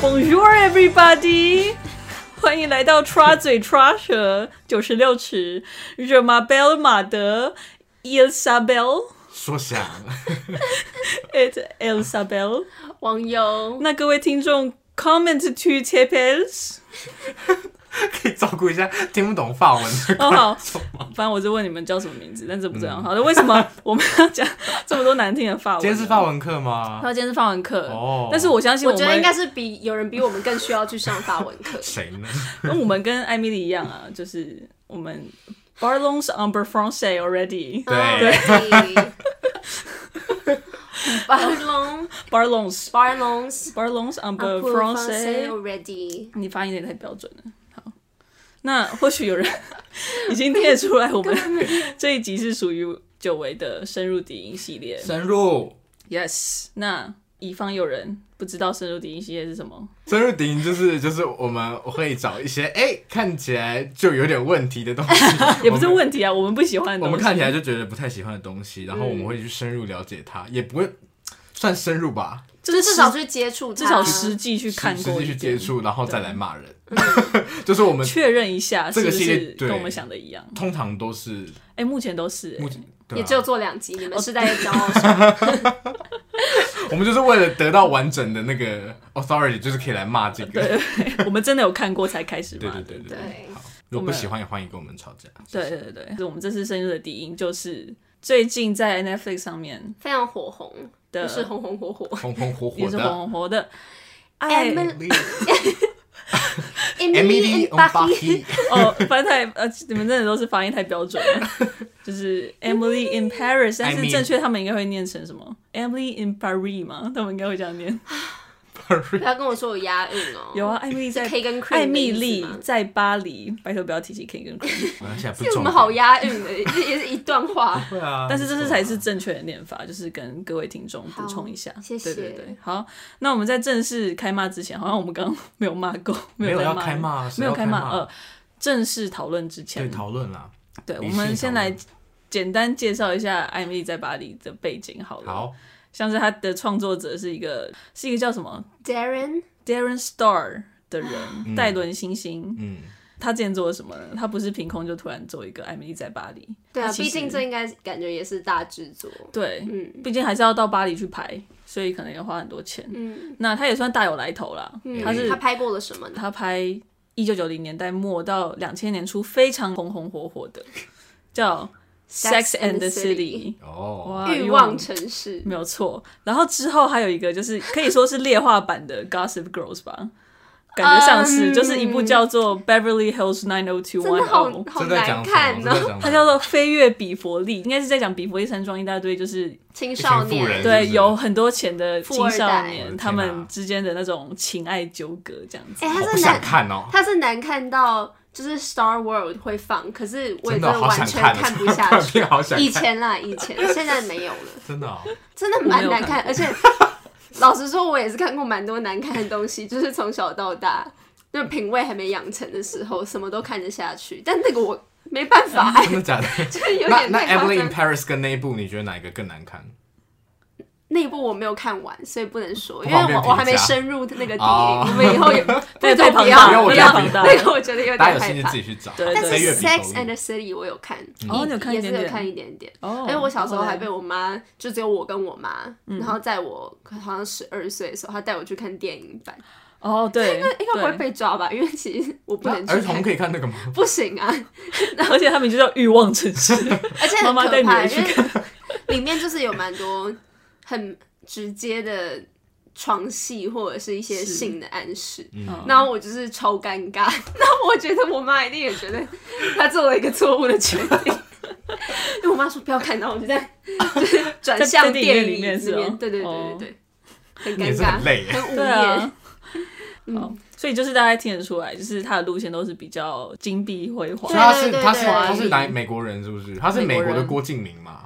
Bonjour everybody，欢迎来到刷嘴刷舌九十六尺热玛贝尔马德 Isabel 说想 at Isabel。网友那各位听众，comment to t i p e s 可以照顾一下听不懂法文的 哦好，观众吗？反正我就问你们叫什么名字，但这不重要。好的，为什 么我们要讲这么多难听的法文？今天是法，文课吗他？今天是法文课。哦。但是我相信我我觉得应该是是比有人比我们更需要去上法文课谁呢？跟我们跟艾米丽一样啊，就是我们 Barlons on b e r Francais already 对对。Barlon Barlons Barlons Barlons on b e r Apple Francais Francais， already。你发音有点太标准了。好，那或许有 人已经听得出来，我们 这一集是属于久违的深入底音系列。深入 Yes，那以防有人不知道深入底音系列是什么，，深入敌营就是就是我们会找一些哎、看起来就有点问题的东西 也不是我们。问题啊，我们不喜欢的东我西嗯们看起来就觉得不太喜欢的东西，然后我们会去深入了解它，也不会算深入吧，就是至少去接触它，至少实际去看实过际一去遍，接触，然后再来骂人， 就是我们确认一下是这不个系列是对跟我们想的一样。通常都是哎、目前都是、目前。对啊也只有做两集，你们是在骄傲 什么？我们就是为了得到完整的那个 authority，就是可以来骂这个。对，哎我们真的有看过才开始对嘛？对对对对好，如果不喜欢也欢迎跟我们吵 架。对对对对，我们这次深入的底音就是最近在 Netflix 上面非常火红，的，就是红红火火。红红火火也是 的红红的。哎爱 Emily Emily Emily and E on Buffy，Buffy，哦，反正太呃，你们真的都是发音太标准了，就是 Emily in Paris，但 I 是 mean- 正确他们应该会念成什么 Emily in Paris 吗？他们应该会这样念。不要跟我说有押韵哦。有啊，艾米丽在 K 跟 Cream 艾米丽的意思吗在巴黎，拜托不要提起 K 跟 Cream，而且不有什重么点好押韵的？这也是一段 话。对啊，但是这次才是正确的念法，就是跟各位听众补充一下。谢谢对对对，好，那我们在正式开骂之前，好像我们刚刚没有骂够，没有有在要骂开人，骂，谁没有要开开骂，呃，正式讨论之前对，讨论啦。对，我理性们先讨来论简单介绍一下艾米丽在巴黎的背景好了。，好，像是她的创作者是一个是一个叫什么 Darren Darren Star 的人，戴伦星星。嗯，他之前做了什么呢？他不是凭空就突然做一个艾米丽在巴黎。对啊那，其毕实竟这应该感觉也是大制作。对，嗯毕竟还是要到巴黎去拍，所以可能要花很多钱。嗯，那他也算大有来头啦，嗯他是他拍过了什么呢？他拍一九九零年代末到两千年初非常红红火火的， 叫《Sex Sex and and the the City City》哦，哇，欲望城市，没有错。然后之后还有一个就是可以说是劣化版的《Gossip Girls》吧，感觉上是、嗯就是一部叫做《Beverly Hills 真的好90210》。好这在难讲什看么？这 在哦。讲什它么叫做《飞跃比佛利》，应该是在讲比佛利山庄一大堆就是青少一群富年，人是不对是有很多钱的青富少二代我的天年啊他们之间的那种情爱纠葛这样子哎、。好他不是想难，看哦。他是难看到，就是 Star World 会放，可是我也真的好完想全看哦，看 不这下部去。片好想以看，前啦，以 前，现在没有了，真的哦， 真的蛮难看，而且老实说，我也是看过蛮多难看的东西，就是从小到大，就品味还没养成的时候，什么都看得下去，但那个我没办法、真的假的？就是 有那点嗯那太夸 Emily in 张。 Paris 跟那一部，你觉得哪一个更难看？那一部我没有看完，所以不能说，不因为方便我我还没评价深入那个电哦影，我们以后也对，不太要庞不大因为了，我太觉得庞大那了。个我觉得有大家点有兴害趣怕自。己去找。对但是谁对越《比 Sex 手 and 语嗯 the City》我有看，哦，你有看一也点是有点？看一点点。哦，因为我小时候还被我我妈，就只有我跟我妈，然后在我好像十二岁的时候，她带我去看电影版，哦，对，应该不会对，被抓吧？因为其实我不那能儿去童看，可以看那个吗？不行啊， 而且他们就叫欲望城市。而且很妈妈带可女怕，儿去因为 里面就是有蛮多很直接的床戏或者是一些是性的暗示。嗯然后我就是超尴尬， 然后我觉得我妈一定也觉得她做了一个错误的决定， 因为我妈说不要看，然后我就这样 就是转向在电电影影里面是里吧面对对哦对对对，很也尴是很尬，累耶。很无对言啊。， 好，所以就是大家听得出来，就是他的路线都是比较金碧辉煌所以。他是对对他是对他是来美国人是不是？他是美国的郭敬明嘛？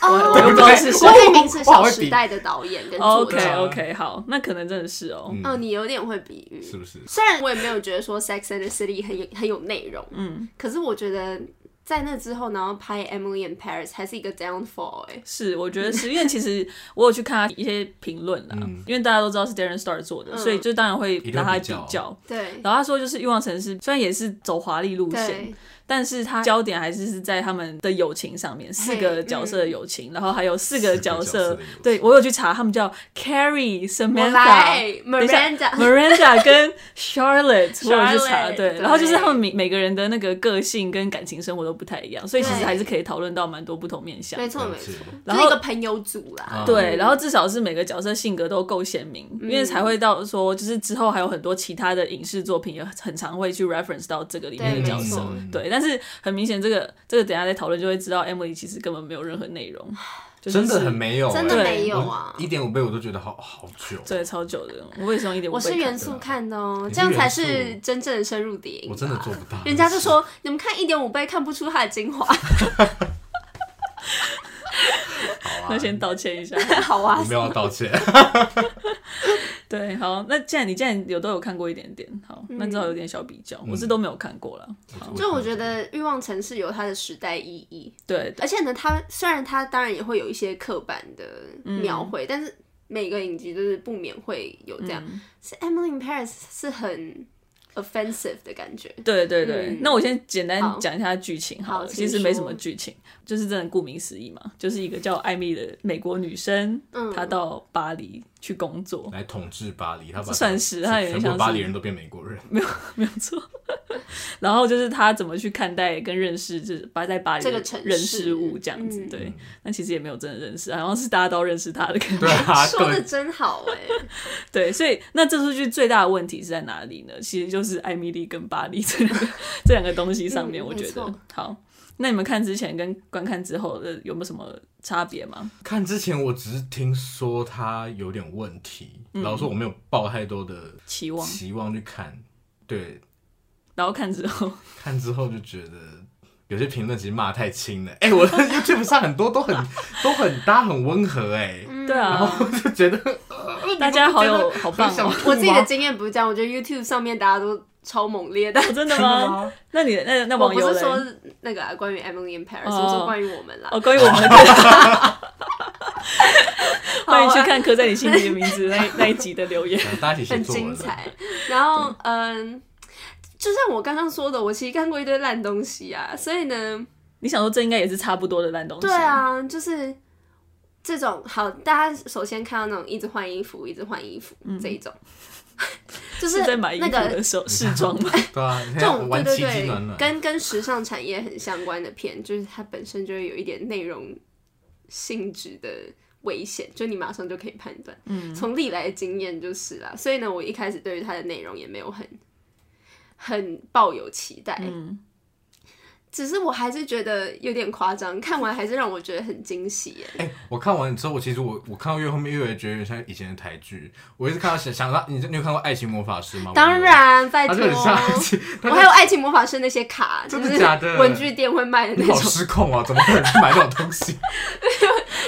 哦我也不知道是谁郭敬明是《哇我小会时比代》的导演跟作 OK 者。 OK，好，那可能真的是哦。哦，嗯，你有点会比喻，是不是？虽然我也没有觉得说《Sex and the City 很》有很有内容，嗯，可是我觉得在那之后，然后拍《Emily in Paris》还是一个 downfall 哎、是，我觉得是因为其实我有去看他一些评论啦，因为大家都知道是 Darren Star 做嗯的，所以就当然会拿他来嗯比一定会比较较。对然后他说，就是《欲望城市》虽然也是走华丽路线对，，但是他焦点还是是在他们的友情上面，四个嗯角色的友情，然后还有四个角色四个角色的友情，对我有去查，他们叫 Carrie、我来 Samantha、等一下 Miranda， Miranda 跟 Charlotte，我有去查， Charlotte，对，对然后就是他们每每个人的那个个性跟感情生活都不太一样，所以其实还是可以讨论到蛮多不同面向没。错了没解错，然就是后一个朋友组啦。啊对，然后至少是每个角色性格都够鲜明，因为才会到说，就是之后还有很多其他的影视作品也很常会去 reference 到这个里面的对角色没。错对，但是很明显，这个这个等一下再讨论就会知道，Emily 其实根本没有任何内 容，就是真的很没有欸，真的对没有啊！一点五倍我都觉得好好久，对超久的，我也是用一点五我倍是看元的。素看的哦，啊你是这样才元是素真正的深入谍影。我真的做不到。人家就说你们看一点五倍看不出它的精华， 好啊那先道歉一下。好啊我没，有要道歉， 对，好，那既然你既然有都有看过一点点，好，那嗯至少有点小比较，我是都没有看过了。好， 就我觉得《欲望城市》有它的时代意义，对，而且呢，它虽然它当然也会有一些刻板的描绘，嗯但是每个影集就是不免会有这样。是《Emily in Paris》是很 offensive 的感觉，对对对，嗯那我先简单好讲一下剧情好了，好其请实没什说么剧情，就是真的顾名思义嘛，就是一个叫艾米的美国女生，嗯她到巴黎去工作，来统治巴黎，他把算是他有点全像国是巴黎人都变美国人，没有错。然后就是她怎么去看待跟认识，就是巴在巴黎这个的城人市事物这样子，嗯对。那其实也没有真的认识，好像是大家都认识她的感觉。对啊，说的对真好哎、 对，所以那这出剧最大的问题是在哪里呢？其实就是艾米丽跟巴黎这两个 这两个东西上面，嗯我觉得、没错好。那你们看之前跟观看之后的有没有什么差别吗？看之前我只是听说他有点问题，老实说我没有抱太多的期嗯望，期望去看，对，然后看之后，看之后就觉得有些评论其实骂得太轻了。哎、我的 YouTube 上很多都很 都很搭很温和哎、嗯对啊， 我就觉得大家好有好棒很想哦、吐我自己吗的经验不是这样，我觉得 YouTube 上面大家都超猛烈的。哦真的吗？那你那 那我网不友是嘞？说那个、啊、关于 Emily in Paris，、哦我说关于我们啦。哦，关于 我们的啊欢迎去看《刻在你心底的名 字》那那一集的留言。大家一起写很作文精了彩。然后，嗯，就像我刚刚说的，我其实看过一堆烂东西啊，所以呢，你想说这应该也是差不多的烂东西？对，啊，就是这种好，大家首先看到那种一直换衣服、一直换衣服、这一种， 就是嗯是在买衣服那个的时候试装吗？对啊，你这看种对玩对奇迹暖对，暖，跟跟时尚产业很相关的片，就是它本身就会有一点内容性质的危险，就你马上就可以判断。嗯，从历来的经验就是啦，所以呢，我一开始对于它的内容也没有很很抱有期待，嗯，只是我还是觉得有点夸张，看完还是让我觉得很惊喜耶。哎、我看完之后，我其实我我看到越后面越觉得有点像以前的台剧，我一直看到想想到你你有看过《爱情魔法师》吗？当，然，拜它托啊哦就，很像 爱情，我还有《爱情魔法师》那些卡，就真是的假的文具店会卖的你那好种。失控哦、怎么会有人去买这种东西？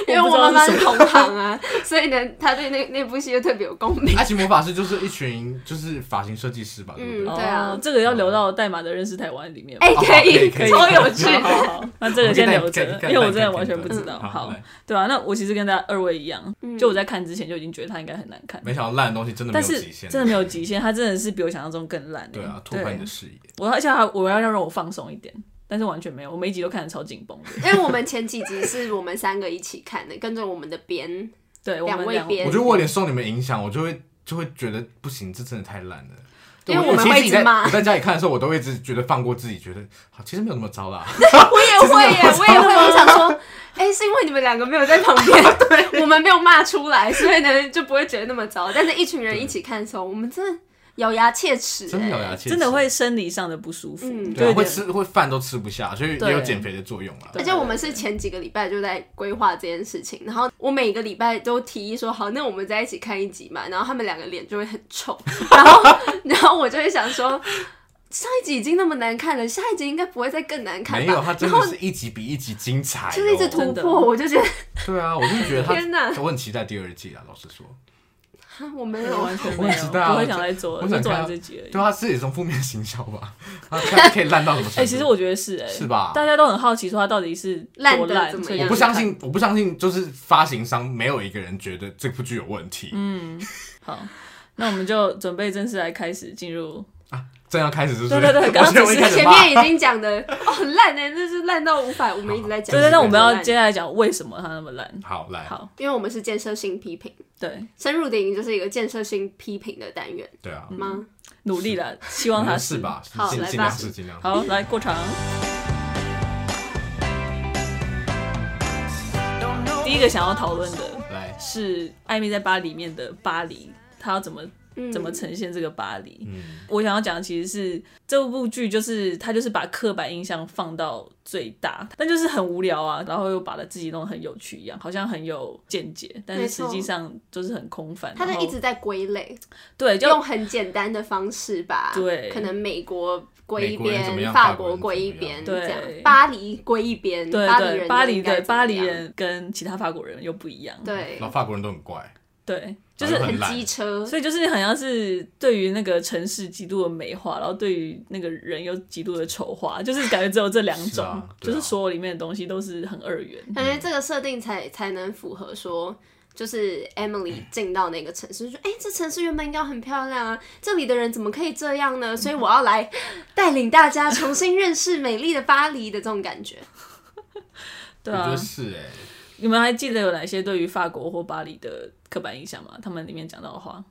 因为我妈妈是同行啊， 所以呢，她对那那部戏就特别有共鸣 《。爱情魔法师》就是一群就是发型设计师吧，对不对？嗯 对啊哦这个要留到代码的认识台湾里面吧。哎、可以，可以超有 趣。好好好，那这个先留着我可因以，看为我真的完全不知道。看看好来，对啊，那我其实跟大家二位一样，嗯就我在看之前就已经觉得它应该很难看，没想到烂的东西真的没但有是极限，真的没有极限，它真的是比我想象中更烂欸。对啊，拓宽你的视野。我而且还我要要让我放松一点，但是完全没有，我每一集都看得超紧绷的。因为我们前几集是我们三个一起看的，跟着我们的编，对，我们两位两编我觉得我有点受你们影响，我就会就会觉得不行，这真的太烂了。对因为我们其实会自己一直在骂我在家里看的时候，我都会一直觉得放过自己，觉得好，其实没有那么糟啦。 我也会 耶，我也会。我想说， 哎、是因为你们两个没有在旁 边，我们没有骂出来，所以呢就不会觉得那么糟。但是一群人一起看的时候，我们真的咬牙切齿、真的有牙哎切齿，真的会生理上的不舒服，嗯就对啊，有会点吃会饭都吃不下，所以对也有减肥的作用啊。对而且我们是前几个礼拜就在规划这件事情，然后我每个礼拜都提议说好，那我们在一起看一集嘛，然后他们两个脸就会很 臭，然后 然后我就会想说，上一集已经那么难看了，下一集应该不会再更难看没吧？有，它真的是一集比一集精彩哦，就是一直真突的破，我就觉得对啊，我就觉得它，天哪我很期待第二季啊。老实说，哈，哦我没我有完，全我没有，知道不会想再做了，我就想做完看这集而已。对啊，这也是负面行销 吧？他他可以烂到什么程度？哎、其实我觉得是哎、是吧大家都很好奇，说他到底是烂多得烂，怎么所以我样不相信，我不相信，就是发行商没有一个人觉得这部剧有问题、好，那我们就准备正式来开始进入。啊！正要开始就是，对对 对刚刚我觉得我只一是开始前骂面已经讲的哦很烂呢，这是烂到无法，我们一直在讲。对对，那我们要烂接下来讲为什么他那么烂。好来，好，因为我们是建设性批评，对，深入点就是一个建设性批评的单元对啊，嗯吗？努力了，希望他是？吧？好尽来尽吧量是尽量是。好，来过场。第一个想要讨论的来，是《暧昧在巴黎》里面的巴黎，他要怎么嗯怎么呈现这个巴黎？嗯，我想要讲的其实是这部剧，就是它就是把刻板印象放到最大，但就是很无聊啊，然后又把它自己弄得很有趣一样，好像很有见解，但是没错实际上就是很空泛。他然就后一直在归类，对，就用很简单的方式把对可能美国归美一国人怎么边，样法法国人归一怎么样边，对这样巴黎归一边，对巴黎对，人巴就黎应该对怎么巴黎样，人跟其他法国人又不一样。对然后，法国人都很怪，对，就然是后又很很烂机车，所以就是好像是对于那个城市极度的美化，然后对于那个人又极度的丑化，就是感觉只有这两是种，啊对就啊是所有里面的东西都是很二元。感觉这个设定才才能符合说。就是嗯 Emily 进到那个城市，就说：“哎、这城市原本应该很漂亮啊，这里的人怎么可以这样呢？所以我要来带领大家重新认识美丽的巴黎的这种感觉。对我觉啊得，是哎、你们还记得有哪些对于法国或巴黎的刻板印象吗？他们里面讲到的话，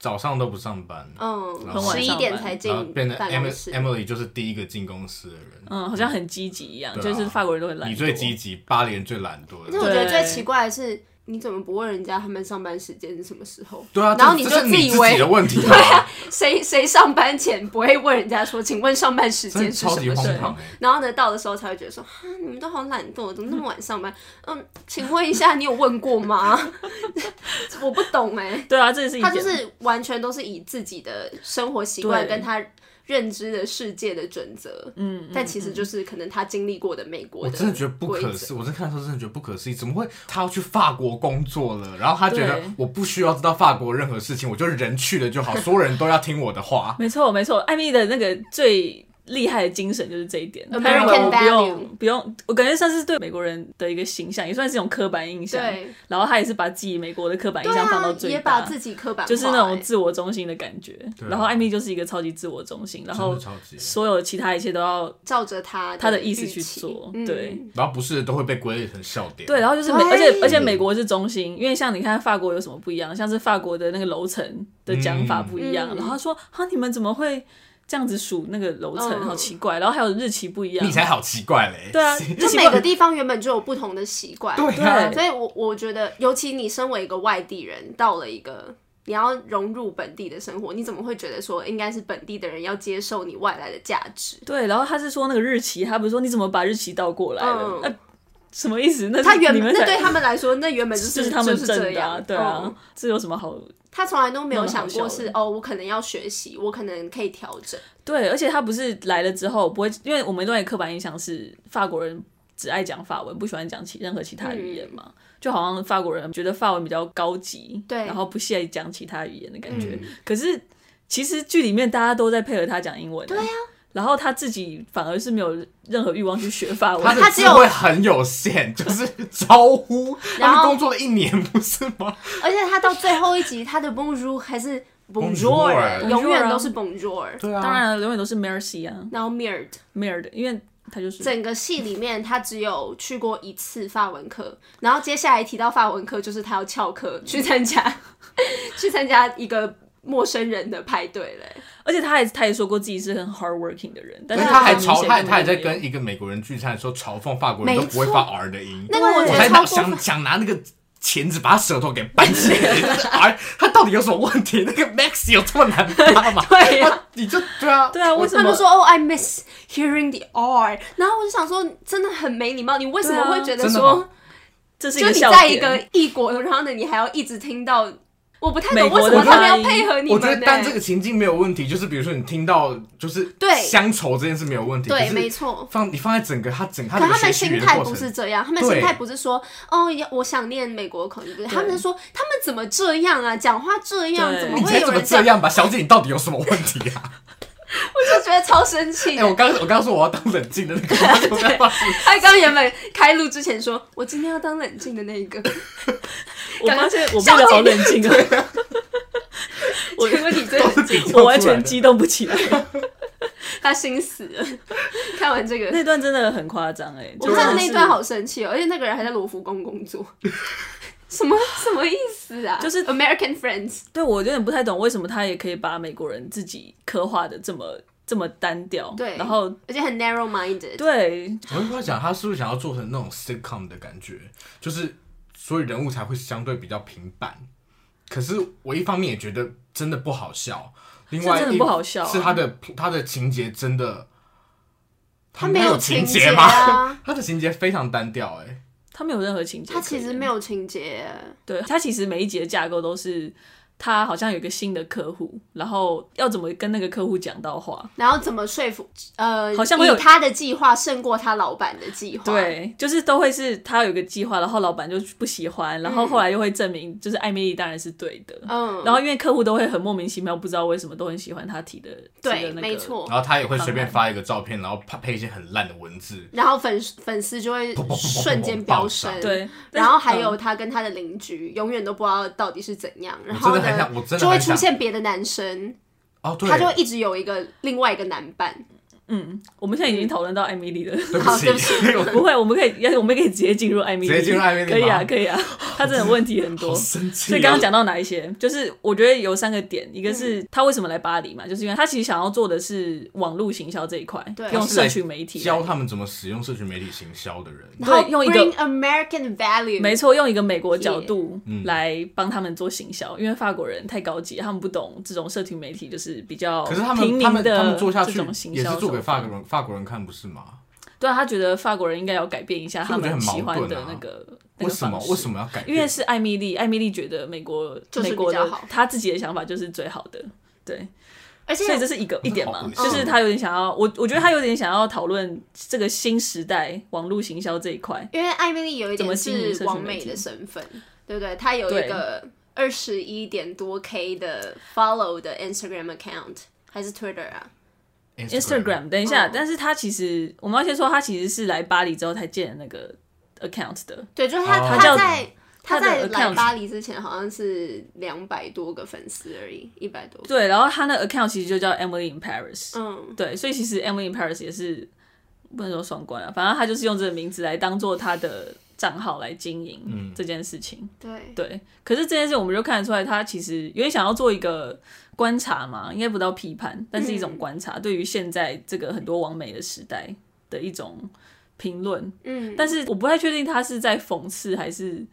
早上都不上班，嗯，很晚十一上点班才进然后变成办 Em- 公室， Emily 就是第一个进公司的人，嗯，好像很积极一样，对啊就是法国人都很懒惰。你最积极，巴黎人最懒惰可的。是我觉得对最奇怪的是，你怎么不问人家他们上班时间是什么时候？对啊，然后这你这就是你以自己为的问题啊，谁 谁上班前不会问人家说，请问上班时真间的是超什级么荒时候？唐哎、然后呢，到的时候才会觉得说，哈，你们都好懒惰，怎么那么晚上班？嗯，请问一下，你有问过吗？ 我不懂哎、对啊，这也是一他点。就是完全都是以自己的生活习惯对跟他认知的世界的准则，嗯，但其实就是可能他经历过的美国我真的觉得不规可则，思，我真的看的时候真的觉得不可思议，怎么会他要去法国工作了？然后他觉得对我不需要知道法国任何事情，我就是人去了就好，所有人都要听我的话。没错，没错，艾米的那个最厉害的精神就是这一点。 American 他认为我不 value 用不用，我感觉算是对美国人的一个形象，也算是一种刻板印象。对然后他也是把自己美国的刻板印对象放啊到，最也大，把自己刻板化、就是那种哎自我中心的感觉。对啊然后艾米就是一个超级自我中心， 然后真的超级所有其他一切都要。照着他他的意预思去期做嗯对然后不是都会被归类成笑点。对，然啊后就是美，对而且而且美国是中心，因为像你看法国有什么不一样，像是法国的那个楼层的讲法不一样，嗯然后他说啊你们怎么会这样子数那个楼层，嗯好奇怪，然后还有日期不一样你，才好奇怪嘞。对 啊，谁就就习每个惯地方原本就有不同的习惯，对啊，对所以我我觉得，尤其你身为一个外地人，到了一个你要融入本地的生活，你怎么会觉得说应该是本地的人要接受你外来的价值？对，然后他是说那个日期，他不是说你怎么把日期倒过来了嗯？那、什么意思？那是他原你本们那才对他们来说，那原本就就是是他们就是正这的、啊，样，对啊，嗯这有什么好？他从来都没有那么好想过笑是的哦，我可能要学习，我可能可以调整，对，而且他不是来了之后不会，因为我们对刻板印象是法国人只爱讲法文，不喜欢讲其任何其他语言嘛。就好像法国人觉得法文比较高级，对然后不屑于讲其他语言的感觉。嗯可是其实剧里面大家都在配合他讲英文、对呀、啊然后他自己反而是没有任何欲望去学法文他的，的他只智有慧很有限，就是招呼。然他们后工作了一年，不是吗？而且他到最后一集，他的 Bonjour 还是 Bonjour 啊 Bonjour，永欸远都是 Bonjour，对啊，当然了永远都是 mercy 啊然后 Mird。 ，mer 的，因为他就是整个戏里面，他只有去过一次法文课，然后接下来提到法文课，就是他要翘课去参加， 去参加一个陌生人的派对嘞。而且他也他也说过自己是很 hard working 的人，但所以是他还嘲，嘲他他也在跟一个美国人聚餐的时候嘲讽法国人没都不会错发 R 的音。那个我我觉才得拿超过想分，想拿那个钳子把他舌头给扳起 来，就是 R，他到底有什么问题？那个 Max 有这么难发吗？对呀他你就对啊，对啊，为什他么就？说哦、i miss hearing the R，然后我就想说，真的很没礼貌，你为什么对啊会觉得真的说，吗这是一就个你笑在一点。个异国，然后呢，你还要一直听到。我不太美懂为国什的么他们发要音配合你我们呢、觉得但这个情境没有问题，就是比如说你听到就是对乡愁这件事没有问题，可对，是没错。放你放在整个他整他可整个他学们习心语言的态不过程是，这样，他们对心态不是说哦，呀我想念美国口音，不是，他们是说他们怎么这样啊，讲话这样，对怎么你会才有怎么人这样？样吧，小姐，你到底有什么问题 啊？我就觉得超生气哎、的。我刚我刚说我要当冷静的那 个，我怎么要把他刚原本开录之前说，我今天要当冷静的那一 个，我刚发刚现我变得好冷静啊，我结果你这都 是比较出来的我完全激动不起来。 他心死了。看完这个，那段真的很夸张哎，我就看真了的那是段好生气哦，而且那个人还在罗浮宫工作， 什么什么意思啊？就是 American Friends，对我有点不太懂，为什么他也可以把美国人自己刻画的这么这么单调？对然后而且很 narrow minded。对，我就在想，他是不是想要做成那种 sitcom 的感觉，就是所以人物才会相对比较平板。可是我一方面也觉得真的不好笑，另外是真的一不好笑啊是他的他的情节真的，他们没有情节吗？ 啊，他的情节非常单调，哎，他没有任何情节可他言，其实没有情节。对他其实每一集的架构都是。他好像有一个新的客户，然后要怎么跟那个客户讲到话？然后怎么说服？呃，好像会有以他的计划胜过他老板的计划。，对，就是都会是他有一个计划，然后老板就不喜欢，然后后来又会证明就是艾米丽当然是对的，嗯，然后因为客户都会很莫名其妙，不知道为什么都很喜欢他提的，提对，的那个没，错。然后他也会随便发一个照片，然后配配一些很烂的文字，然后粉粉丝就会瞬间飙升，对。然后还但是嗯有他跟他的邻居，永远都不知道到底是怎样。然我真后的很呢想，我真的就会很出想现别的男生，哦，对，他就会一直有一个另外一个男伴。嗯，我们现在已经讨论到艾米丽了。 对好不对不起，我不会，我们可以，要是我们可以直接进入艾米丽，直接进入艾米丽可以啊，吗可以啊，他真的问题很 好多。生气哦，所以刚刚讲到哪一些？就是我觉得有三个点，一个是嗯他为什么来巴黎嘛，就是因为他其实想要做的是网络行销这一块，对用他哦是社来群媒体来教他们怎么使用社群媒体行销的人，然后用一个 bring American value，没错，用一个美国角度嗯来帮他们做行销，因为法国人太高级，他们不懂这种社群媒体，就是比较可是他哦平们他民们他的们做下这去种行也销是做给手法法国人法国人看，不是吗？对啊，他觉得法国人应该要改变一下所他以我觉得们很喜矛欢盾的啊那个那为个什么方式为什么要改因变？为是艾米丽，艾米丽觉得美国就美是比国较的好她自己也想法就是最好的，对，而且所以这是一个一点好嗯嘛恶，心就是他有点想要我，我觉得他有点想要讨论这个新时代网络行销这一块，因为艾米丽有一怎么点经营社是群王媒美体的身份，对不对？她有对一个二十一点多 K 的 follow 的 Instagram account 还是 Twitter 啊？ Instagram，等一下，嗯但是他其实我们要先说，他其实是来巴黎之后才建的那个 account 的，对，就是她，哦她她叫在她她的在来 account 巴黎之前好像是两百多个粉丝而已，一百多个。对，然后他那个 account 其实就叫 Emily in Paris，、嗯，对，所以其实 Emily in Paris 也是不能说双关啊，反正他就是用这个名字来当做他的账号来经嗯营这件事情。对，对，可是这件事我们就看得出来，他其实有点想要做一个观察嘛，应该不到批判，但是一嗯种观察，对于现在这个很多网美的时代的一种评论。嗯，但是我不太确定他是在讽刺还是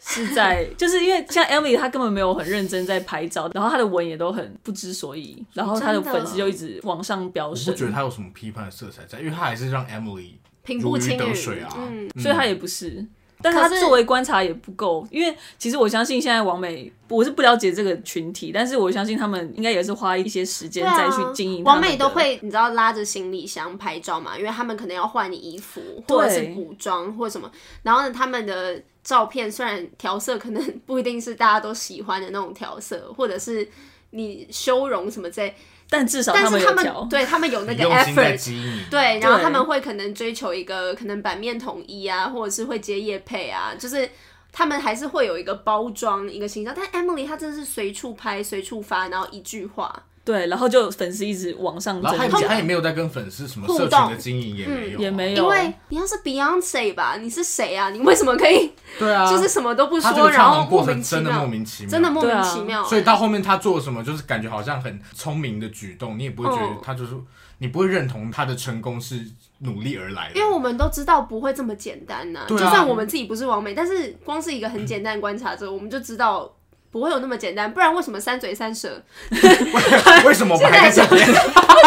是在，就是因为像 Emily 她根本没有很认真在拍照，然后她的文也都很不知所以，然后她的真的粉丝就一直往上飙我升不，觉得他有什么批判的色彩在，因为他还是让 Emily 平如步鱼青得云水啊。嗯，所以他也不是。但是他可是作为观察也不够，因为其实我相信现在王美，我是不了解这个群体，但是我相信他们应该也是花一些时间对啊再去经营他王们的。美都会，你知道拉着行李箱拍照嘛？因为他们可能要换衣服，或者是对补妆或者什么。然后呢，他们的照片虽然调色可能 不一定是大家都喜欢的那种调色，或者是你修容什么之类，但至少哦但他是们他有们调，对他们有那 很个用心在 effort。经营，对，然后对他们会可能追求一个可能版面统一啊，或者是会接夜配啊，就是他们还是会有一个包装一个形象。但 Emily 她真的是随处拍、随处发，然后一句话，对，然后就粉丝一直往上然后他增也他加 也。没有在跟粉丝什么互社动嗯群的经营也没有啊，也没有因为你要是 Beyonce 吧，你是谁啊？你为什么可以对啊，就是什么都不他这说，个然抗后衡过莫名程其真的妙莫，名其妙，真的莫对名啊其妙欸。所以到后面他做什么，就是感觉好像很聪明的举动，你也不会觉得嗯他就是，你不会认同他的成功是努力而来的，因为我们都知道不会这么简单呐、对啊就算我们自己不是完美，但是光是一个很简单的观察者，我们就知道不会有那么简单。不然为什么三嘴三舌？为为什么我们还在这边？为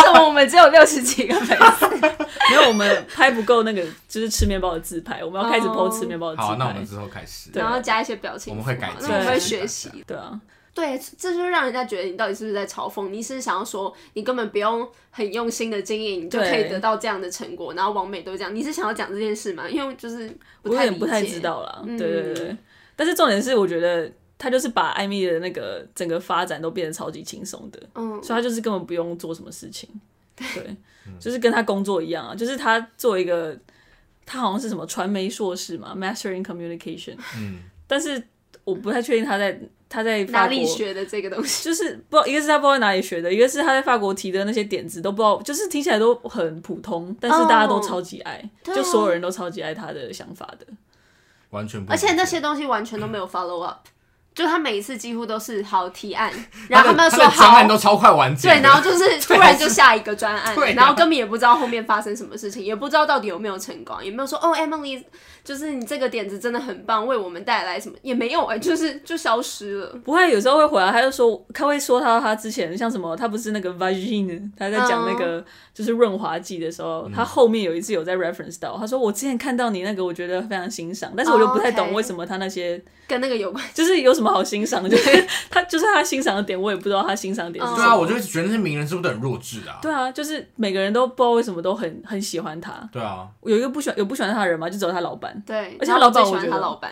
什么我们只有六十几个 粉丝？没有，我们拍不够那个，就是吃面包的自拍，我们要开始哦 PO 吃面包的好，啊自那我拍们。之后开始。对然后加一些表情符号，啊我们会改进那我们会对学习。对啊，对，这就让人家觉得你到底是不是在嘲讽？你是想要说你根本不用很用心的经营，你就可以对得到这样的成果，然后王美都这样，你是想要讲这件事吗？因为就是我不有太点理不太解知道啦。嗯对对对，但是重点是，我觉得他就是把艾米的那个整个发展都变得超级轻松的，嗯，所以他就是根本不用做什么事情。对， 就是跟他工作一样啊，就是他做一个，他好像是什么传媒硕士嘛，Master in Communication，嗯，但是我不太确定他在他在哪法国里学的这个东西？就是不知道，一个是他不知道哪里学的，一个是他在法国提的那些点子都不知道，就是听起来都很普通，但是大家都超级爱对啊就所有人都超级爱他的想法的。完全不。而且那些东西完全都没有 follow up，就他每一次几乎都是好提案，然后他他们说的专案好都。超快完结的，对，然 后就是突然就下一个专案对，啊然后根本也不知道后面发生什么事情，也不知道到底有没有成功，也没有说哦，Emily，就是你这个点子真的很棒，为我们带来什么也没有哎、就是就消失了。不会有时候会回来，他就说他会说到他之前像什么，他不是那个 vagina，他在讲那嗯个就是润滑剂的时嗯候，他后面有一次有在 reference 到，他说我之前看到你那个，我觉得非常欣赏，但是我就不太哦懂，OK 为什么他那些跟那个有关。就是有什么好欣赏， 就是他就是他欣赏的点，我也不知道他欣赏的点是对什啊，么。我就一直觉得那些名人是不是都很弱智啊？对啊，就是每个人都不知道为什么都很很喜欢他，对啊，有一个不喜欢有不喜欢他的人嘛，就只有他老板。对，而且然他后老板最喜我欢觉他得老板，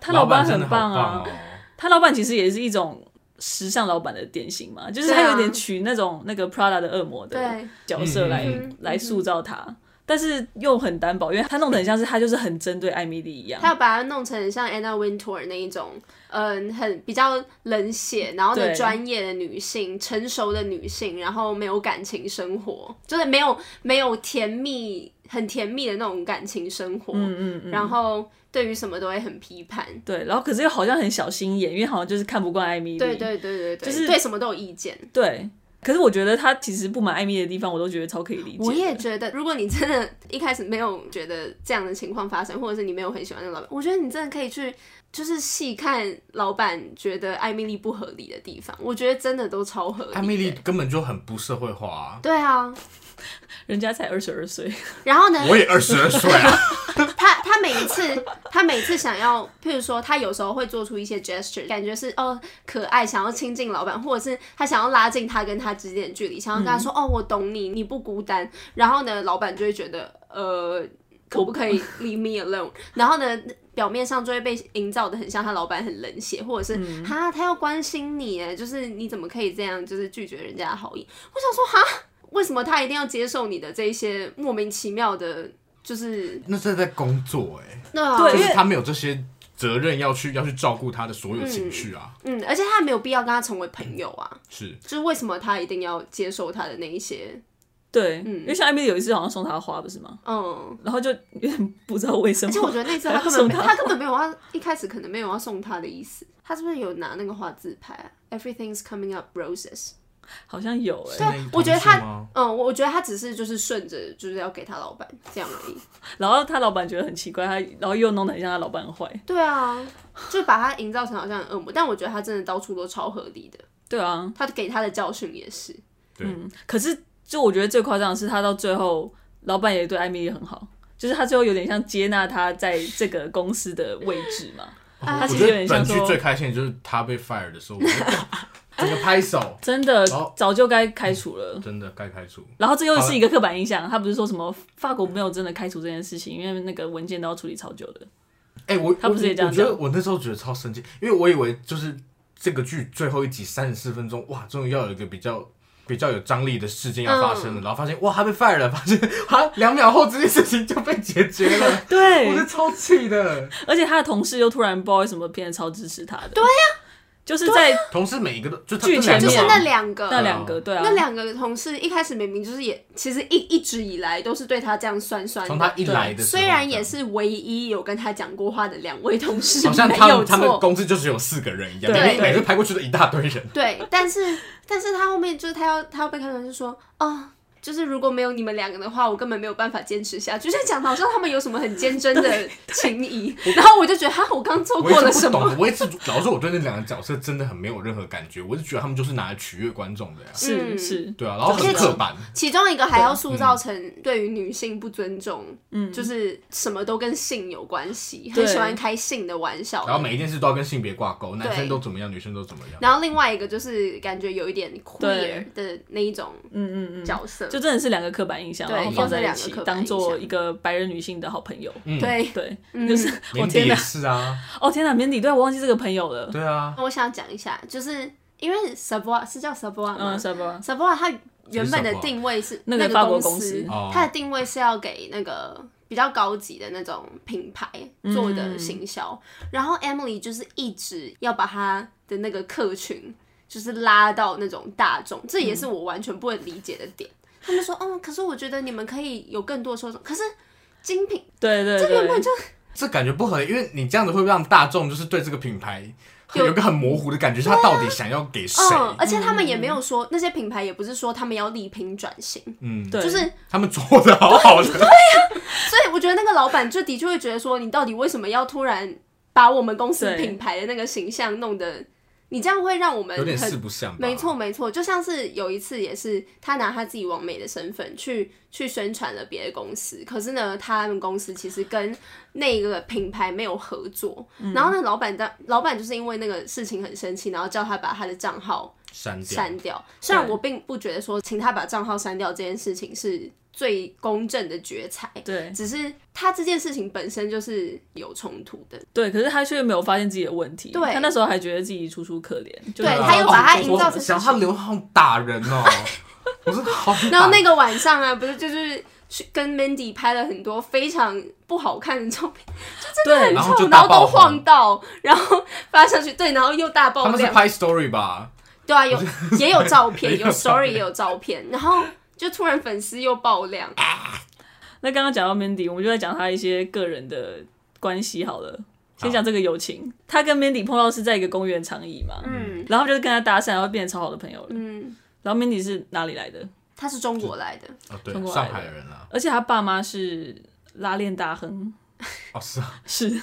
他老板板真的很好棒啊，棒哦。他老板其实也是一种时尚老板的典型嘛，就是对他啊有点取那种那个 Prada 的恶魔的对，角色来嗯嗯嗯来塑造他，但是又很单薄，因为他弄得很像是他就是很针对艾米丽一样。他要把它弄成很像 Anna Wintour 那一种，嗯，很比较冷血，然后呢对专业的女性，成熟的女性，然后没有感情生活，就是没有没有甜蜜，很甜蜜的那种感情生活，嗯嗯嗯，然后对于什么都会很批判。对，然后可是又好像很小心眼，因为好像就是看不惯艾米丽。对对对对对，就是对什么都有意见。对可是我觉得他其实不满艾米的地方，我都觉得超可以理解的。我也觉得，如果你真的一开始没有觉得这样的情况发生，或者是你没有很喜欢那个老板，我觉得你真的可以去就是细看老板觉得艾米丽不合理的地方。我觉得真的都超合理的。艾米丽根本就很不社会化啊！对啊，人家才二十二岁，然后呢，我也二十二岁啊，他他每一次他每次想要，譬如说他有时候会做出一些 gesture，感觉是哦可爱，想要亲近老板，或者是他想要拉近他跟他之间的距离，想要跟他说、哦我懂你，你不孤单。然后呢，老板就会觉得呃可不可以 leave me alone？然后呢，表面上就会被营造的很像他老板很冷血，或者是哈、他要关心你，哎，就是你怎么可以这样，就是拒绝人家的好意？我想说哈。为什么他一定要接受你的这一些莫名其妙的，就是那是在工作哎、对啊，对就因是为他没有这些责任要去要去照顾他的所有情绪啊，嗯，而且他也没有必要跟他成为朋友啊，是就是为什么他一定要接受他的那一些，对，因为像艾米丽有一次好像送他花，不是吗？嗯，然后就有点不知道为什么。而且我觉得那次他根本送没，他他根本没有要，一开始可能没有要送他的意思，他是不是有拿那个花自拍啊？Everything's coming up roses，好像有哎、是那一我觉得他同事吗嗯，我我觉得他只是就是顺着就是要给他老板这样而已，然后他老板觉得很奇怪，他然后又弄得很像他老板很坏。对啊，就把他营造成好像很恶魔，但我觉得他真的到处都超合理的，对啊，他给他的教训也是，嗯，可是就我觉得最夸张的是，他到最后老板也对艾米丽很好，就是他最后有点像接纳他在这个公司的位置嘛。他其实我有觉得点像本剧说最，开心的就是他被 fire 的时候，我就整个 拍手，真的哦早就该开除了。真的该开除。然后这又是一个刻板印象，他不是说什么法国没有真的开除这件事情，因为那个文件都要处理超久的。哎、我他不是也这样我我觉得讲我那时候觉得超生气，因为我以为就是这个剧最后一集三十四分钟，哇，终于要有一个比较比较有张力的事件要发嗯生了，然后发现哇，他被 fire 了，发现啊，两秒后这件事情就被解决了， 对我是超气的。而且他的同事又突然不知道为什么变得超支持他的。对呀、就是在同事每一个都就他剧前面就是面那两个，啊那两个，对啊，那两个同事一开始明明就是也，其实一一直以来都是对他这样酸酸从他的。一来的时候，虽然也是唯一有跟他讲过话的两位同事好像没他有们他们错，公司就只有四个人一样，对每对每次拍过去的一大堆人，对，但是但是他后面就是他要他要被开除，就说哦，就是如果没有你们两个的话，我根本没有办法坚持下去。就像讲的好像他们有什么很坚贞的情谊，然后我就觉得哈，我刚做我过也了是什不懂么？的，我一直老实说，我对那两个角色真的很没有任何感觉，我就觉得他们就是拿来取悦观众的呀。是嗯是，对啊，然后而很且刻板，其中一个还要塑造成对于女性不尊重，嗯，就是什么都跟性有关系，很对喜欢开性的玩笑。然后每一件事都要跟性别挂钩，男对生都怎么样，女生都怎么样。然后另外一个就是感觉有一点 queer 对的那一种嗯嗯嗯，角色，就真的是两个刻板印象，对然后放在一就是两起个刻，板当印象做一个白人女性的好朋友。嗯，对。对，就是我年底天哪也，是啊，哦天哪，年底对我忘记这个朋友了。对啊，我想讲一下，就是因为 Savoy 是叫 Savoy 吗嗯，什么？ ？Savoy 它原本的定位是那个个法国公公司哦它的定位是要给那个比较高级的那种品牌做的行销，嗯然后 Emily 就是一直要把她的那个客群就是拉到那种大众，这也是我完全不会理解的点。他们说，嗯，可是我觉得你们可以有更多受众，可是精品对对对，原本就哦这感觉不合理，因为你这样子会让大众就是对这个品牌有啊有一个很模糊的感觉，他到底想要给谁？嗯，而且他们也没有说、那些品牌也不是说他们要力拼转型，嗯，对就是他们做的好好的，所以我觉得那个老板就的确会觉得说，你到底为什么要突然把我们公司对品牌的那个形象弄得，你这样会让我们有点很四不像吧。没错，没错，就像是有一次也是他拿他自己王美的身份去去宣传了别的公司，可是呢，他们公司其实跟那个品牌没有合作，嗯然后那个老板当老板就是因为那个事情很生气，然后叫他把他的账号删掉。删掉。虽然对我并不觉得说请他把账号删掉这件事情是最公正的决裁，对只是他这件事情本身就是有冲 突的。对，可是他却没有发现自己的问题。对他那时候还觉得自己楚楚可怜。就是不对知道他又把它自己营做造什么成啊想他流好打人哦，我是好想打。然后那个晚上啊，不是就是去跟 Mandy 拍了很多非常不好看的照片，对很然后就臭，然大后都爆红晃到，然后发上去，对，然后又大爆他们是料，拍 story 吧？对啊，有 也有照片， 也有有照 story 片也有照片，然后就突然粉丝又爆量，那刚刚讲到 Mandy，我们就在讲他一些个人的关系好了。先好讲这个友情，他跟 Mandy 碰到是在一个公园长椅嘛，嗯然后就是跟他搭讪，然后变成超好的朋友了。嗯，然后 Mandy 是哪里来的？他是中国来的，哦，对中，国来上的海人啊。而且他爸妈是拉链大亨，哦，是 啊，是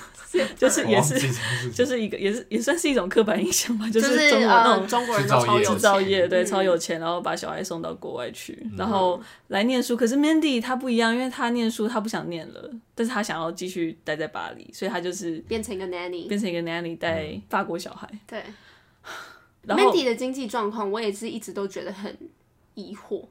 就是也我忘记是这件事情就是一个也是也算是一种刻板印象吧，就就是中国那呃种中国人制都造超业有制造业，钱对，嗯超有钱，然后把小孩送到国外去，然嗯后来念书。可是 Mandy 她不一样，因为她念书她不想念了，但是她想要继续待在巴黎，所以她就是变成一个 nanny。变成一个 nanny 带法国小孩。对然后，Mandy 的经济状况我也是一直都觉得很疑惑。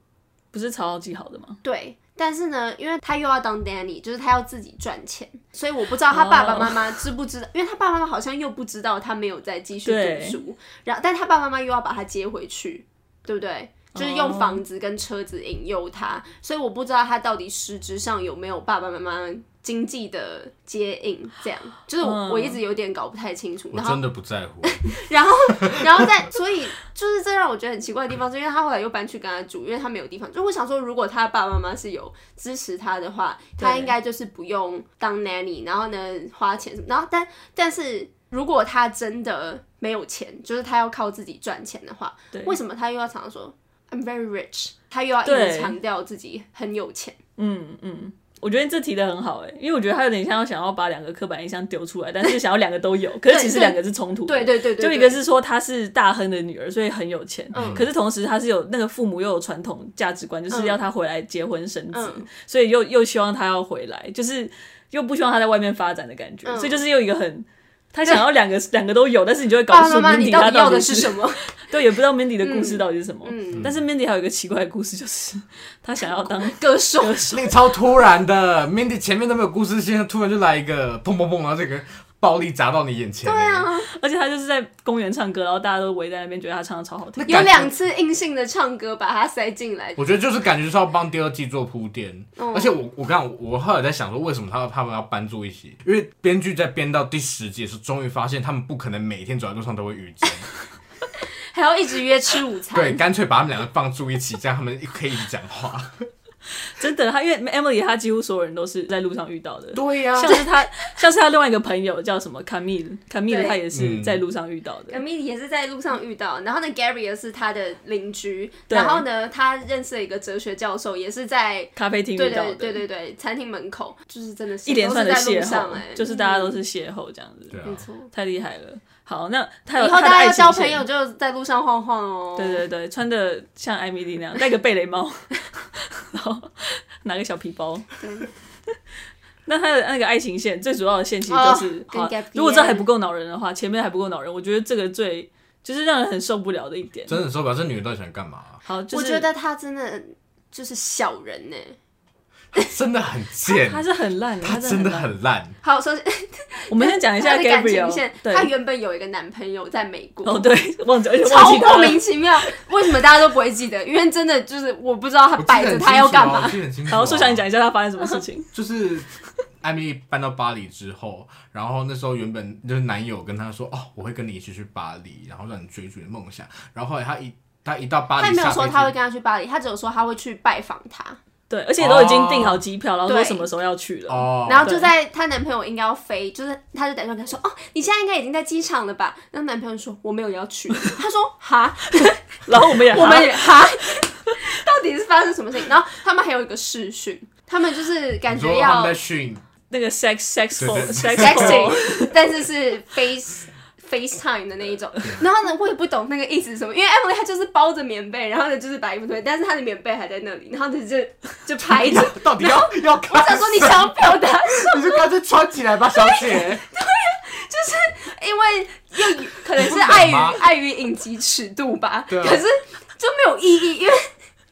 不是超级好的吗？对，但是呢，因为他又要当 nanny，就是他要自己赚钱，所以我不知道他爸爸妈妈知不知道 因为他爸爸妈妈好像又不知道他没有再继续对读书，然后但他爸爸妈妈又要把他接回去，对不对？就是用房子跟车子引诱他，所以我不知道他到底实质上有没有爸爸妈妈经济的接应，这样就是我、我一直有点搞不太清楚。我然后真的不在乎。然后， 然后再，所以就是这让我觉得很奇怪的地方，是因为他后来又搬去跟他住，因为他没有地方住。就我想说，如果他爸爸妈妈是有支持他的话，他对应该就是不用当 nanny，然后呢花钱什么。然后但但是如果他真的没有钱，就是他要靠自己赚钱的话，对，为什么他又要常常说 I'm very rich？他又要一对直强调自己很有钱。嗯嗯，我觉得这提的很好哎、因为我觉得他有点像要想要把两个刻板印象丢出来，但是想要两个都有，可是其实对两个是冲突的。对对对对就一个是说她是大亨的女儿，所以很有钱，嗯可是同时她是有那个父母又有传统价值观，就是嗯要她回来结婚生子，嗯所以又又希望她要回来，就是又不希望她在外面发展的感觉，嗯所以就是又一个很。她想要 两个两个都有，但是你就会搞爸不爸妈出妈，你 Mindy 到她底要的是是什么？ 对，也不知道 Mindy 的故事到底是什么。嗯但是 Mindy 还有一个奇怪的故事，就是她想要当 歌手。那个超突然的，Mandy 前面都没有故事线，突然就来一个砰砰砰，然后这个暴力砸到你眼前。对啊，而且他就是在公园唱歌，然后大家都围在那边，觉得他唱的超好听。有两次硬性的唱歌把他塞进来，我觉得就是感觉就是要帮第二季做铺垫。嗯而且我我刚刚我后来在想说，为什么他们他们要搬住一起？因为编剧在编到第十集的时候，终于发现他们不可能每天走在路上都会遇 见，还要一直约吃午餐。 对，干脆把他们两个放住一起，这样他们可以一起讲话。真的，他因为 Emily 他几乎所有人都是在路上遇到的，对啊啊呀、像是他，像是他另外一个朋友叫什么 Camille，Camille 对他也是嗯在路上遇到的。 Emily 也是在路上遇到，然后呢，Gary 也是他的邻居，对然后呢，他认识了一个哲学教授，也是在咖啡厅对遇到对的，对对对餐厅门口，就是真的是一连串的都是在邂路上哎、嗯逅，就是大家都是邂逅这样子，对啊没，错。太厉害了。好，那他有以他后的大家爱要情交线朋友，就在路上晃晃哦。对对对，穿的像艾米丽那样，戴个贝雷帽， 然后拿个小皮包。对， 那他的那个爱情线最主要的线其实哦就是，跟好 Gabrielle 如果这还不够恼人的话，前面还不够恼人，我觉得这个最就是让人很受不了的一点。真的受不了，这女的到底想干嘛啊、好，就我是觉得他真的就是小人呢、哎真的很贱，他是很烂的，她他真的烂。很烂。好，首先我们先讲一下他的感情 Gabriel，线，对，他原本有一个男朋友在美国，哦对，忘记而且忘超记他莫了。 名其妙，为什么大家都不会记得？因为真的就是我不知道他我记得摆着很他要清楚啊干嘛我。记得很清楚啊。好，说想你讲一下他发生什么事 情。就是艾米丽搬到巴黎之后，然后那时候原本就是男友跟她说：“哦，我会跟你一起去巴黎，然后让你追逐你的梦想。”然后后来她一她一到巴黎，他也没有说他会下飞跟他去巴黎，他只有说他会去拜访他，对，而且都已经订好机票，然后说对什么时候要去机了。哦，然后就对在她男朋友应该要飞，就是她就打算跟他说：“哦，你现在应该已经在机场了吧？”然后男朋友说：“我没有要去。”他说：“哈， 然后我们啊也我们哈也哈，到底是发生什么事情？”然后他们还有一个视讯，他们就是感你觉说他要们在训，那个 sex sex 对 for 对 sex for sexy，但是是 face。FaceTime 的那一种，然后呢，我也不懂那个意思是什么，因为 Emily 她就是包着棉被，然后呢就是把衣服脱，但是她的棉被还在那里，然后呢就就拍着。到底要要看？我想说你想要表达什你么就干脆穿起来吧，小姐。因为又可能是碍你不懂吗于碍于影集尺度吧，对啊可是就没有意义，因为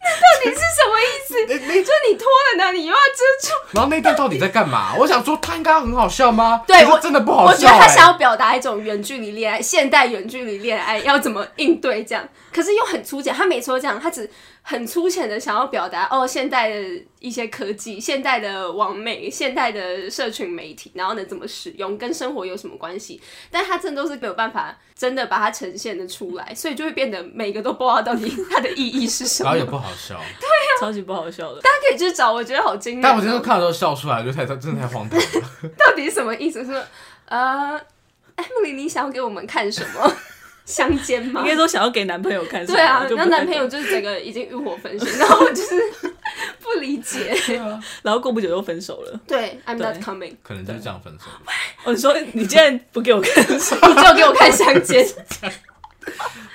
那到底是什么意思？那那就你脱了呢，你又要遮住。然后那段到底在干嘛？我想说他应该很好笑吗？对可是我真的不好我觉笑。得他哎。想要表达一种远距离恋爱，现代远距离恋爱要怎么应对这样，可是又很粗浅。他每次都这样，他只很粗浅的想要表达哦，现代的一些科技、现代的网美、现代的社群媒体，然后呢怎么使用，跟生活有什么关系？但他真的都是没有办法真的把它呈现的出来，所以就会变得每个都不知道到底它的意义是什然么后。也不好笑，超级不好笑的。大家可以去找，我觉得好惊人哦。但我真的看的时候笑出来，我觉得太真的太荒唐了。到底什么意思？是呃，Emily，你想要给我们看什么？ 相煎吗应？该说想要给男朋友看什么，对啊，就不那太男朋友懂，就是整个已经欲火焚身，然后我就是不理解。然后过不久又分手了。 对，I'm not 对 coming，可能就是这样分手。哦，你说你竟然不给我看， 你只有给我看相煎，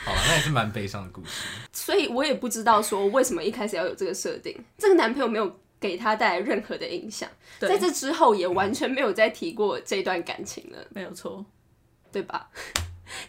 好了，那也是蛮悲伤的故事。 所以我也不知道说为什么一开始要有这个设定。这个男朋友没有给他带来任何的影响，对在这之后也完全没有再提过这段感情了，没有错。对吧？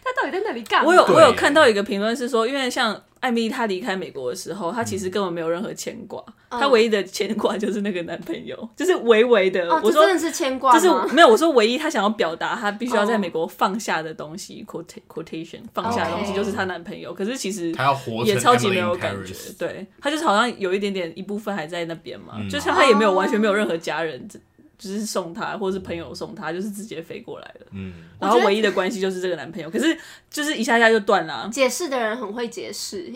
他到底在那里干嘛？我有对我有看到一个评论是说，因为像艾米丽她离开美国的时候，她其实根本没有任何牵挂，嗯她唯一的牵挂就是那个男朋友， 就是微微的。哦，我这说真的是牵挂就吗？是没有，我说唯一她想要表达她必须要在哦美国放下的东西、q u o t quotation 放下的东西 OK 就是她男朋友，可是其实他要活成也超级没有 Emily in 感 Paris 觉，对他就是好像有一点点一部分还在那边嘛，嗯就像他也没有完全没有任何家人，只只是送他或者是朋友送他，就是直接飞过来了。嗯，然后唯一的关系就是这个男朋友，可是就是一下下就断了啊、解释的人很会解释，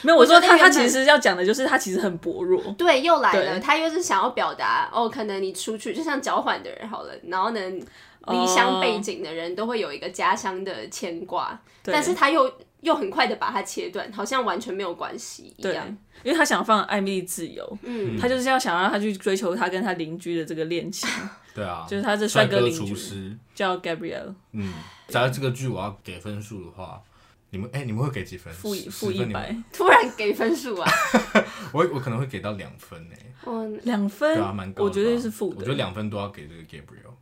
没有，我说我觉他得原他本其实要讲的就是他其实很薄弱，对，又来对了，他又是想要表达哦，可能你出去就像交换的人好了，然后呢，离哦乡背景的人都会有一个家乡的牵挂，对但是他又又很快的把它切断，好像完全没有关系一对样。，因为他想放艾米丽自由，嗯，他就是要想让他去追求他跟他邻居的这个恋 情，对啊，就是他这帅帅哥邻厨居师。叫 Gabriel，嗯，假如这个剧我要给分数的话，你们哎、你们会给几分？负一十负十一分你们百突然给分 数啊，我我可能会给到两分哎、嗯，两分对啊，蛮，高的我吧。觉得是负我觉得的。两分都要给这个 Gabriel，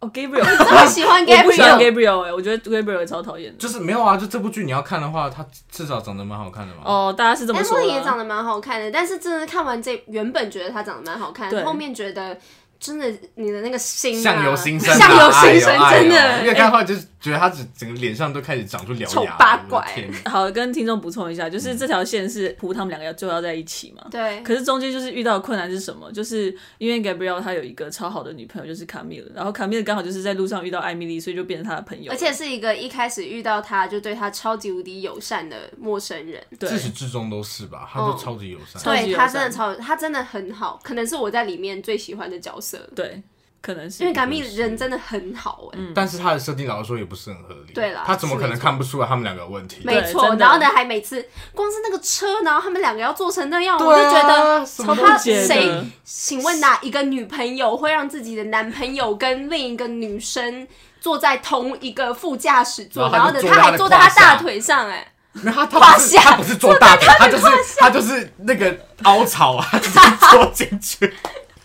哦，Gabriel， 这么喜欢我不喜欢 Gabriel， Gabriel 哎、我觉得 Gabriel 也超讨厌的。就是没有啊，就这部剧你要看的话，他至少长得蛮好看的嘛。，哦，大家是这么说 Emily 也的啊、长得蛮好看的，但是真的看完这原本觉得她长得蛮好看对，后面觉得真的你的那个心、啊，相由心生啊，相由心生，哎呦真哎的呦因为看的话就是觉得他整整个脸上都开始长出獠牙了，丑八怪我的天好，跟听众补充一下，就是这条线是胡他们两个要最后要在一起嘛。对，可是中间就是遇到的困难是什么？就是因为 Gabriel 他有一个超好的女朋友，就是卡米尔，然后卡米尔刚好就是在路上遇到艾米丽，所以就变成他的朋友。而且是一个一开始遇到他就对他超级无敌友善的陌生人，对嗯自始至终都是吧，他都超级友善。超级对友他善真的超，他真的很好，可能是我在里面最喜欢的角色，对，可能是因为嘎密人真的很好哎、但是他的设定老实说也不是很合理，对啦他怎么可能看不出来他们两个有问题？没对错，真的然后呢，还每次光是那个车，然后他们两个要做成那样，我对就啊觉得什么都他觉得谁？请问哪一个女朋友会让自己的男朋友跟另一个女生坐在同一个副驾驶座，然然后后呢，他就他还坐坐在在他他的大胯下腿上、哎，没有他他胯不是下他不是做大腿，他 就是他就是那个凹槽啊，直接戳进去，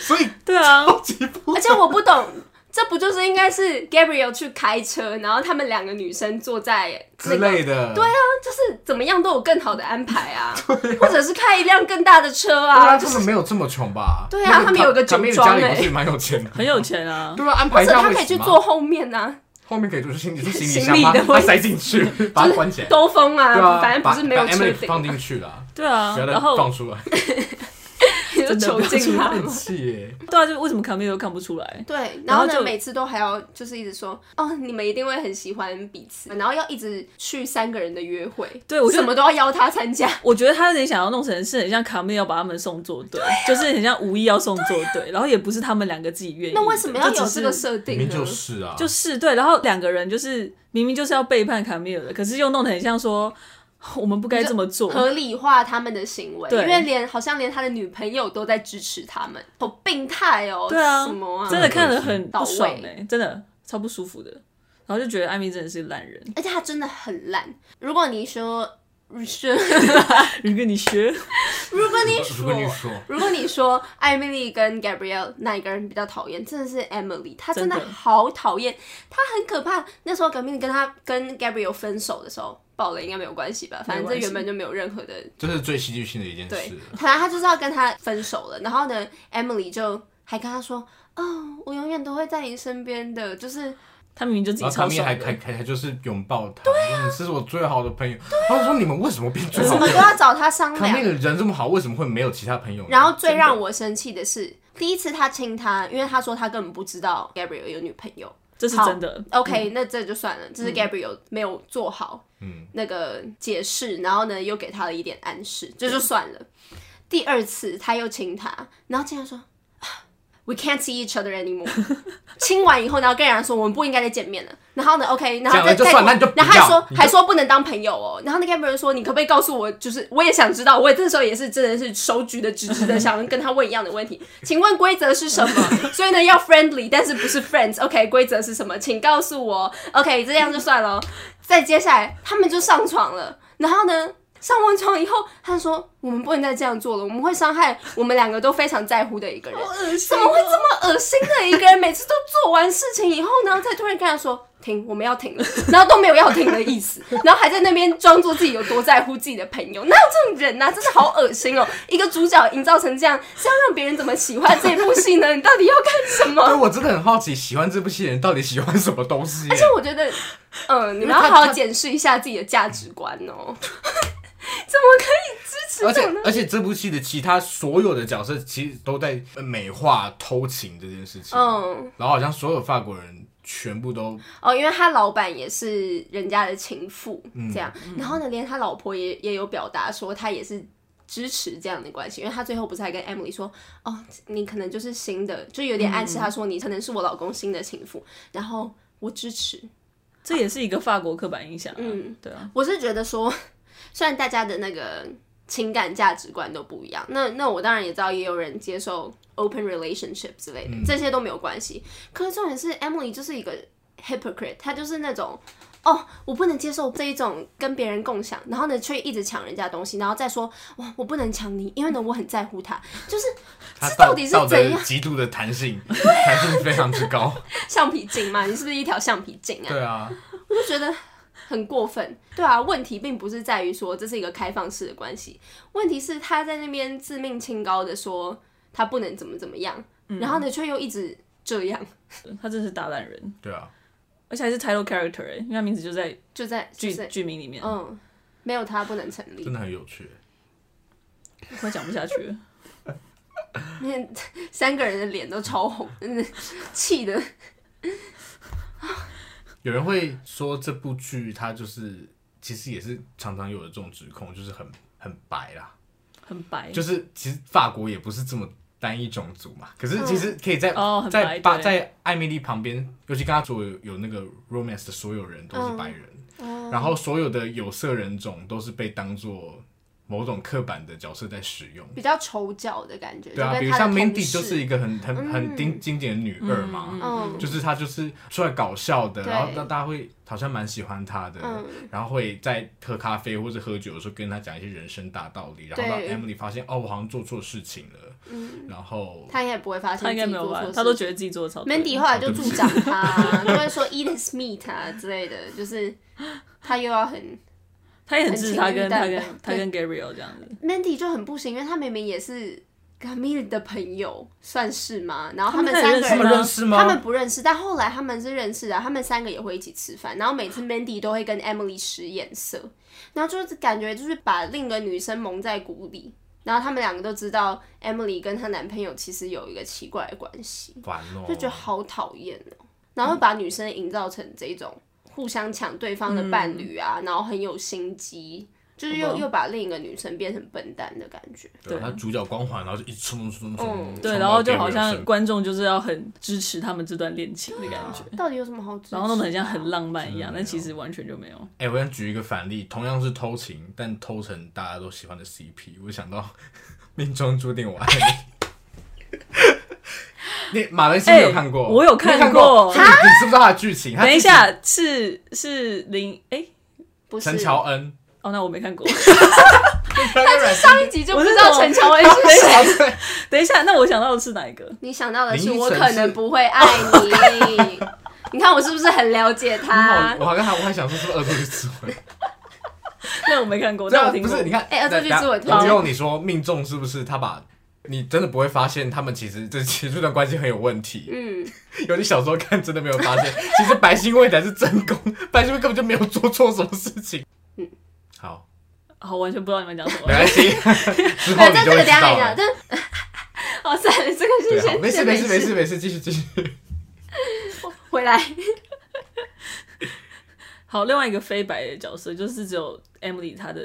所以对啊，超级不 而且我不懂。这不就是应该是 Gabriel 去开车，然后他们两个女生坐在之类的。对就是怎么样都有更好的安排啊，或者是开一辆更大的车啊，啊，就他是们没有这么穷吧？对啊那他们有个卡酒米尔庄家里欸不是也蛮有钱的，很有钱啊。对啊，安或排一者下他会可以去行吗坐后面啊，后面可以就是行李，就是行行李箱李吗的？把位置它塞进 去，把它关起来。兜风啊，对啊，反正不是没有嗯把把车 Emily 顶，放进去了，对啊 不要，再然后放出来， 你就真的囚不要禁出 他来嘛。气耶！对啊，就为什么卡米尔都看不出来？ 对，然然后后呢，就每次都还要就是一直说，哦，你们一定会很喜欢彼此，然后要一直去三个人的约会，对我觉什得么都要邀他参加，我觉得他有点想要弄成是很像卡米尔要把他们送作对，啊就是很像无意要送作对，然后也不是他们两个自己愿意的。那为什么要就有只是这个设明定明呢？就是啊，就是对，然后两个人就是明明就是要背叛卡米尔的，可是又弄得很像说我们不该这么做。合理化他们的行为，因对为连好像连他的女朋友都在支持他们，好病态哦！对啊什嗯么啊？真的看得很到不位爽哎、真的超不舒服的。然后就觉得艾米真的是个烂人，而且他真的很烂。如果你说， 说，你跟你学，如果你如果你说。说，如果你说艾米丽跟 Gabrielle 哪一个人比较讨厌，真的是 Emily，她真的真的好讨厌，她很可怕。那时候 g a b r i e 跟她跟 Gabrielle 分手的时候，爆了应该没有关系吧？反正这没关系原本就没有任何的这是最戏剧性的一件对事。，反正他就是要跟他分手了。然后呢，Emily 就还跟他说：“哦，我永远都会在你身边的。”就是 他明明就自己然后超旁边爽还还的。还还就是拥抱他，你是我最好的朋友。然后说你们为什么变最什好么朋都友？要找 他商卡米量。尔人这么好，为什么会没有其他朋友呢？然后最让我生气的是，第一次他亲他，因为他说他根本不知道 Gabriel 有女朋友。这是真的， OK，、那这就算了，这是 Gabriel 没有做好那个解释，然后呢又给他了一点暗示，这就算了。第二次他又亲他，然后竟然说啊 “We can't see each other anymore”，亲 完以后，然后跟人家说我们不应该再见面了。然后呢，OK，然后讲再了就再算过那你就不然后还要说你就还说不能当朋友哦。然后那 Gabriel 说你可不可以告诉我，就是我也想知道，我也这时候也是真的是手举的直直的，想跟他问一样的问题， 请问规则是什 么？所以呢要 friendly，但是不是 friends？OK，、规则是什么？请告诉我。OK，这样就算了哦。再接下来他们就上床了，然后呢？上完床以后，他说：“我们不能再这样做了，我们会伤害我们两个都非常在乎的一个人。”怎么会这么恶心的一个人？每次都做完事情以后呢，再突然跟他说停，我们要停了，然后都没有要停的意思，然后还在那边装作自己有多在乎自己的朋友，哪有这种人呐、真的好恶心哦！一个主角营造成这样，是要让别人怎么喜欢这部戏呢？你 到底要干什对么？哎我真的很好奇，喜欢这部戏的人到底喜欢什么东 西耶？而且我觉得，嗯、你们要好好检视一下自己的价值观哦。怎么可以支持而这且种呢？而且这部戏的其他所有的角色其实都在美化偷情这件事情，嗯，然后好像所有法国人全部都哦，因为他老板也是人家的情妇，这样，然后呢，连他老婆也也有表达说他也是支持这样的关系，因为他最后不是还跟 Emily 说，哦，你可能就是新的，就有点暗示他说你可能是我老公新的情妇，然后我支持，这也是一个法国刻板印象、啊。嗯对啊，我是觉得说，虽然大家的那个情感价值观都不一样，那那我当然也知道，也有人接受 open relationship 之类的，这些都没有关系。可是重点是，Emily 就是一个 hypocrite，她就是那种。哦，我不能接受这一种跟别人共享，然后呢，却一直抢人家东西，然后再说哇，我不能抢你，因为呢，我很在乎他，就是他这到底是道怎德样极度的弹性，弹性非常之 高。橡皮筋嘛，你是不是一条橡皮筋啊？对啊，我就觉得很过分。对啊，问题并不是在于说这是一个开放式的关系，问题是他在那边自命清高的说他不能怎么怎么样，嗯然后呢却又一直这样，他真是大烂人，对 啊，而且还是 title character，、欸、因为他名字就在就在就剧在剧名里面，嗯，没有他不能成立真。的很有趣。我快讲不下去了。那三个人的脸都超红，嗯，气的。有人会说这部剧它就是其实也是常常有的这种指控，就是很很白啦，很哎白，就是其实法国也不是这么单一种族嘛，可是嗯其实可以在、哦很白在巴对在艾米丽旁边，尤其跟她左右有那个 romance 的所有人都是白人，嗯哦然后所有的有色人种都是被当做某种刻板的角色在使用。比较丑角的感觉，对啊，就比跟如他的像同 Mindy 事就是一个很很很经经典的女二嘛，嗯就是她就是出来搞笑的，对然后大大家会好像蛮喜欢她的，嗯然后会在喝咖啡或者喝酒的时候跟她讲一些人生大道理，然后对嗯让 Emily 发现哦，我好像做错事情了，然后他应该不会发现他应该自己没做有吧错？事他都觉得自己做的超对的 Mandy 后来就助长他、 都会说 Eat his meat 啊之类的，就是他又要很他也很支持他跟很他情欲跟蛋白他跟 Gabriel 这样子， Mandy 就很不行，因为他明明也是 Camille 的朋友，算是吗？然后他们三个认识他人们吗认识吗？他们不认识，但后来他们是认识的啊。他们三个也会一起吃饭，然后 每次 Mandy 都会跟 Emily 使眼色，然后就是感觉就是把另一个女生蒙在鼓里。然后他们两个都知道 Emily 跟她男朋友其实有一个奇怪的关系，烦哦，就觉得好讨厌哦。然后会把女生营造成这种互相抢对方的伴侣嗯啊，然后很有心机，就是又又把另一个女生变成笨蛋的感觉。对啊，他主角光环，然后就一直冲嗯冲冲冲，冲对，到然后就 Gabriel 好像身观众就是要很支持他们这段恋情的感觉，到底有什么好支持的嗯啊？然后弄得很像很浪漫一样，真的没但有其实完全就没有。哎、我想举一个反例，同样是偷情，但偷成大家都喜欢的 CP，我想到 命中注定我爱你。你马来西亚有看过？哎我有你看看过。过啊所以你你知不知道它的剧情？它等一剧情，下，是是林哎、不是陈乔恩，哦，那我没看过。 他就是上一集就不知道我是陈乔恩是谁。谁？等一下，那我想到的是哪一个？ 你想到的是林依我晨可是能不会爱你。你看我是不是很了解他啊 我？好像还我还想说是不是恶作剧之吻，那我没看过，这但我样听不过。是？你看，哎恶作剧之吻那那我用你说命中是不是他把？你真的不会发现，他们其实这其实这段关系很有问题。嗯， 有你小时候看真的没有发现， 其实白欣卫才是真宫，白欣卫根本就没有做错什么事情。嗯，好，好，我完全不知道你们讲什么没。关系， 之后反你正就这会个等知一下道跟你讲，了。嗯但 哦，算了，这对，个好，先没事先没事没事事，没事，继续继续。回来好，另外一个非白的角色就是只有 Emily 她的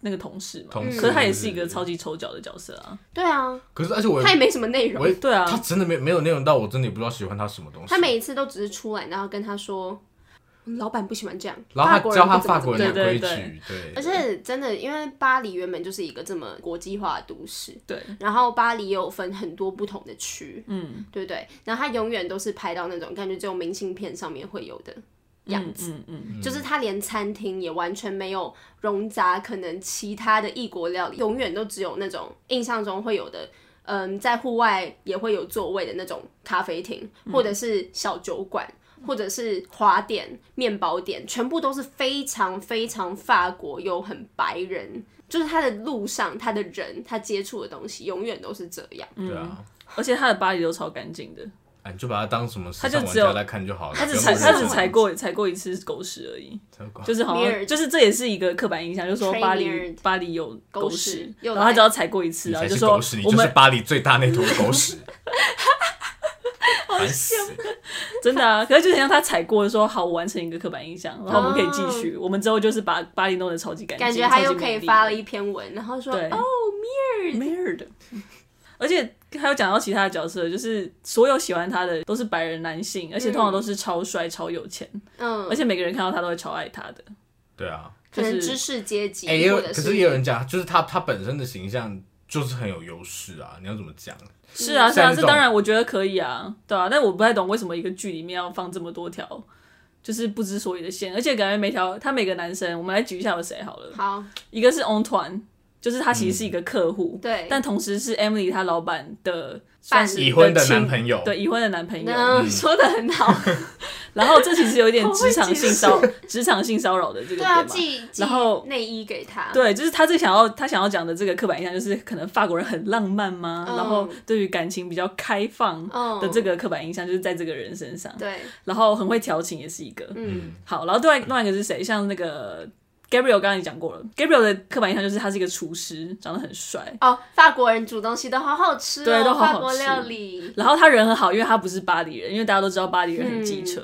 那个同事嘛，同事可是她也是一个超级丑角的角色啊。对啊，可是而且我也他也没什么内我容也，对啊他真的没没有内容到，我真的也不知道喜欢他什么东西。他每一次都只是出来，然后跟他说，老板不喜欢这样，然后法他国人教他不怎么法国怎么人样的规对对矩，对，而且真的，因为巴黎原本就是一个这么国际化的都市，对，然后巴黎也有分很多不同的区，嗯，对不对？然后他永远都是拍到那种感觉只有明信片上面会有的样子。嗯嗯，就是他连餐厅也完全没有融杂，可能其他的异国料理永远都只有那种印象中会有的，嗯，在户外也会有座位的那种咖啡厅，嗯或者是小酒馆，或者是花店、面包店，全部都是非常非常法国又很白人，就是他的路上他的人他接触的东西永远都是这样。对啊，而且她的巴黎都超干净的，哎，你就把它当什么时他尚就玩只有家来看就好了。她只不踩用她管只什么踩过踩过一次狗屎而已。才管就是好 Mirrored 像就是这也是一个刻板印象，就说巴黎 Trained 巴黎有狗狗屎屎，又然来后他只要踩过一次，你然才后是说狗屎，你我就是们巴黎最大那坨狗屎。烦死！真的啊，可是就很像他踩过说好，我完成一个刻板印象，然后我们可以继续，我们之后就是把巴黎弄得超级干净，哦感觉他又超级可美以丽发了一篇文，然后说对哦，没人的， 而且还有讲到其他的角色，就是所有喜欢他的都是白人男性，而且通常都是超帅、超有钱，嗯，而且每个人看到他都会超爱他的，对啊，可能就是知识阶级，哎、也有，或者可是也有人讲，就是他他本身的形象就是很有优势啊。你要怎么讲？是啊，是像啊，这这种当然我觉得可以啊，对啊，但我不太懂为什么一个剧里面要放这么多条，就是不知所以的线，而且感觉每条他每个男生，我们来举一下有谁好了，好，一个是 On 团，就是他其实是一个客户，嗯对但同时是 Emily 她老板的伴算侣是已婚的亲男朋友对已婚的男朋友。嗯那说的很 好，然后这其实有一点职场性好骚 职场性骚扰的这个对点啊，嘛。寄寄然后内衣给他，对，就是他这想要他想要讲的这个刻板印象，就是可能法国人很浪漫嘛，嗯然后对于感情比较开放嗯的这个刻板印象，就是在这个人身上，对，然后很会调情也是一个。嗯，好，然后另外另外一个是谁？像那个 Gabriel，刚刚你讲过了，Gabriel 的刻板印象就是他是一个厨师，长得很帅，哦，法国人煮东西都好好吃、哦，对都好好法国吃料理，然后他人很好，因为他不是巴黎人，因为大家都知道巴黎人很机车，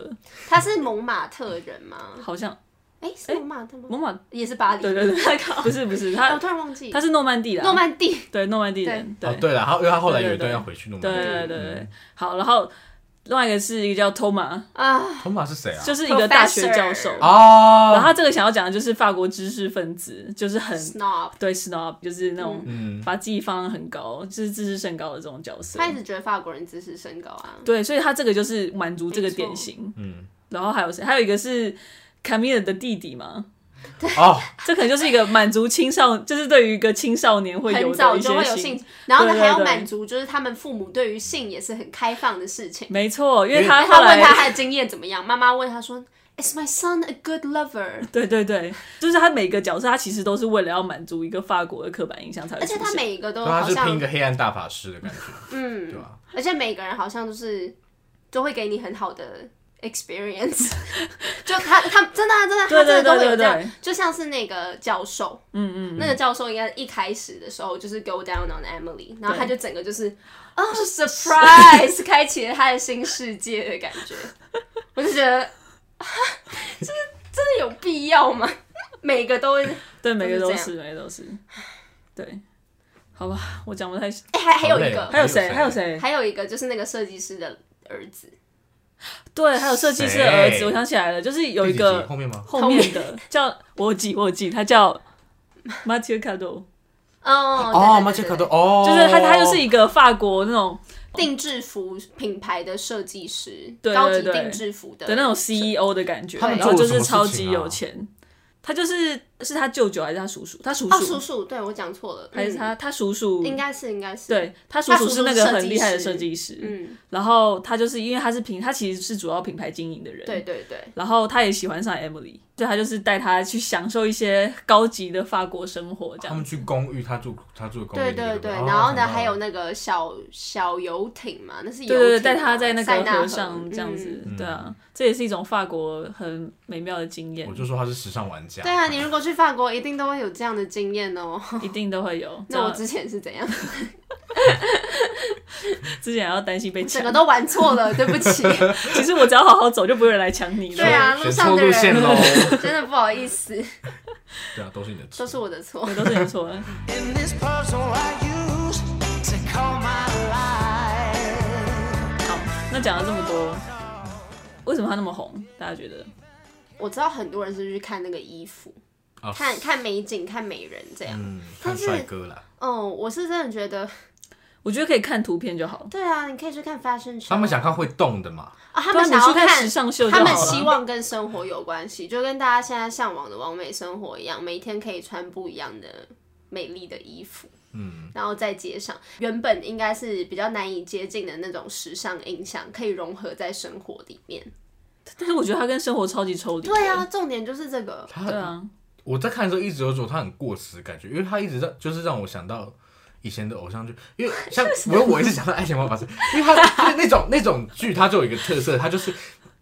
他是蒙马特人吗？好像哎、是蒙马特吗？蒙马也是巴黎，对对对靠 不是不是哎他我突然忘记，他是诺曼底的，诺曼底，对诺曼底人，对哦，对了，他因为他后来对对有一段对要回去弄嘛。对对对对，好，然后另外一个是一个叫 Toma，啊，头马是谁啊？就是一个大学教授 Professor 哦，然后他这个想要讲的就是法国知识分子，就是很 snob，对 snob，就是那种嗯，把自己放得很高，就是自视甚高的这种角色他。一直觉得法国人自视甚高啊，对，所以他这个就是满足这个典型。嗯，然后还有谁？还有一个是卡米尔的弟弟嘛？哦，这可能就是一个满足青少，就是对于一个青少年会有很早的一就些会有心。性，然后呢对对还要对满足，就是他们父母对于性也是很开放的事情。没错，因为因为他他后问来他他的经验怎么样，妈妈问他说：“Is my son a good lover？” 对对对，就是他每个角色，他其实都是为了要满足一个法国的刻板印象才会而出且现。他每一个都对，他啊好是拼一像个黑暗大法师的感觉，嗯对，吧？而且每个人好像就是都会给你很好的 experience，就 他他真的、啊、真的、啊、对他真对的都会对有对这样对，就像是那个教授，嗯嗯，那个教授应该一开始的时候就是 go down on Emily，然后他就整个就是哦 surprise，开 启了他的新世界的感觉，我就觉得，啊这真的有必要吗？ 每个都会，哎、对每个都都是是，每个都是。对，好吧，我讲不太哎还还有好累一哦个，还有谁？还还有有谁谁？还有一个就是那个设计师的儿子，对，还有设计师的儿子，谁我想起来了，就是有第一几集个后面吗？后面的 叫我有记我有记，他叫 Mathieu Cado，哦哦，马对切对对卡多，哦，就是他，他就是一个法国那种定制服品牌的设计师，对对高级对定制服的哦的那种 CEO 的感觉，他们然后做就了什是么超事情级啊有钱。他就是是他舅舅还是他叔叔？他叔哦，叔叔叔，对我讲错了，还是嗯他他叔叔？应该是应该是，对，他叔他叔叔是叔那是个设很计厉害的师设计师，嗯，然后他就是因为他是品，他其实是主要品牌经营的人，对对对，然后他也喜欢上 Emily，所以他就是带她去享受一些高级的法国生活，这他样们。去公寓，他住他住的公寓对里面，对对，哦然后想呢，到还有那个小小游艇嘛，那是游对艇对对，嘛带她在那塞个纳河河上这样子，嗯对啊，这也是一种法国很美妙的经验我，就说他是时尚玩家，对啊，你如果去法国，一定都会有这样的经验哦。一定都会有。 那我知道之前是怎样，之前还要担心被整抢个，都玩 错了，对不起。其实我只要好好走，就不会有人来抢 你了。对啊，路选上错的路人线喽， 真的不好意思，对啊，都是你的错都。是我的错对，。都是你错的。 In this puzzle I use to call my life. 好，那讲了这么多，为什么他那么红？大家觉得？我知道很多人是去看那个衣服，啊看看美景、看美人这样。嗯，但看是帅哥啦，哦，我是真的觉得，我觉得可以看图片就好。对啊，你可以去看 fashion show。他们想看会动的嘛，啊，他对们啊，你想要去看看时尚秀就他好们希了。望跟生活有关系，就跟大家现在向往的完美生活一样，每一天可以穿不一样的美丽的衣服。嗯，然后在街上，原本应该是比较难以接近的那种时尚印象，可以融合在生活里面。但是我觉得他跟生活超级抽离。对啊，，重点就是这个。对啊，我在看的时候一直有种他很过时的感觉，因为他一直让就是让我想到以前的偶像剧， 因为像我我一直想到《爱情魔法师》，因为他就是那种那种剧，它就有一个特色，它就是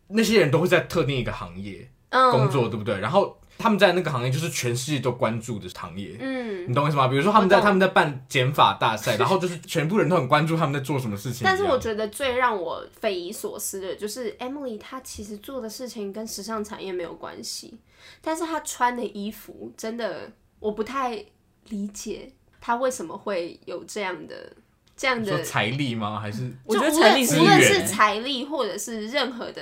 那些人都会在特定一个行业嗯，工作，对不对？然后他们在那个行业就是全世界都关注的行业，嗯，你懂我意思吗？比如说他们在我懂他们在办减法大 赛，然后就是全部人都很关注他们在做什么事情一样。但是我觉得最让我匪夷所思的就是 Emily，她其实做的事情跟时尚产业没有关系，但是她穿的衣服真的我不太理解，她为什么会有这样的这样你的说，财力吗？还是欸我就觉得无财力论是源无论一是员欸财力或者是任何的，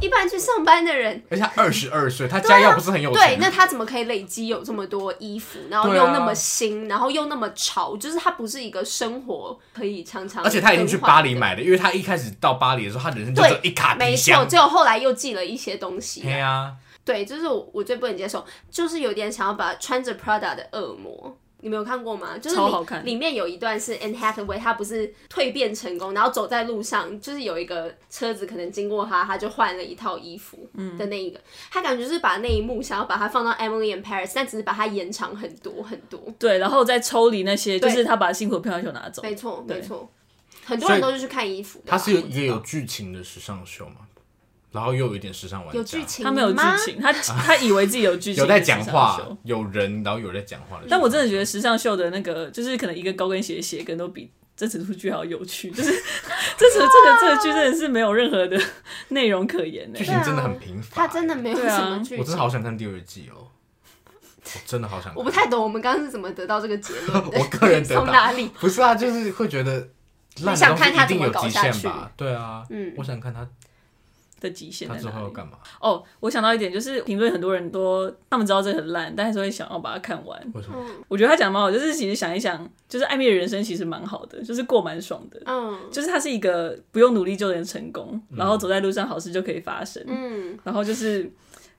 一般去上班的人。而且他二十二岁，他家要不是很有对钱，，那她怎么可以累积有这么多衣服，然后对又啊那么新，然后又那么潮？就是她不是一个生活可以常常，而且他已经去巴黎买了，因为他一开始到巴黎的时候，他人生就只有一卡没皮错，箱。只有后来又寄了一些东西对啊、呀、对，就是我我最不能接受，就是有点想要把穿着 Prada 的恶魔你们有看过吗？就是超里好看里面有一段是 Anne Hathaway，她不是蜕变成功，然后走在路上，就是有一个车子可能经过她，她就换了一套衣服嗯的那一个，她感觉就是把那一幕想要把它放到 Emily in Paris，但只是把它延长很多很多。对，然后再抽离那些，就对是他把辛苦的乒乓球拿走。没错，对没错，很多人所都以是去看衣服的吧。它啊是有我知道也有剧情的时尚秀嘛，然后又有一点时尚玩家，有剧情，他没有剧，情，他他以为自己有剧情，有在讲就是时尚话秀，有人，然后有在讲话的时候。但我真的觉得时尚秀的那个，就是可能一个高跟鞋鞋跟都比这整出剧还要有趣，就是 这次这个这个剧真的是没有任何的内容可言呢剧。情真的很平凡，欸啊他真的没有对啊什么剧我真的情。好想看第二季哦，我真的好想看。我不太懂我们刚刚是怎么得到这个结论 的，我个人得到从 哪里？不是啊，就是会觉得烂的想东西看他一定怎么有搞极下限去吧？对啊，嗯我想看他的极限他在之后哪要里？干嘛。哦，我想到一点，就是评论很多人都他们知道这很烂，但还是会想要把它看完。为什么？嗯我觉得他讲得蛮好，就是其实想一想，就是艾米的人生其实蛮好的，就是过蛮爽的。嗯就是他是一个不用努力就能成功，嗯然后走在路上好事就可以发生，嗯，然后就是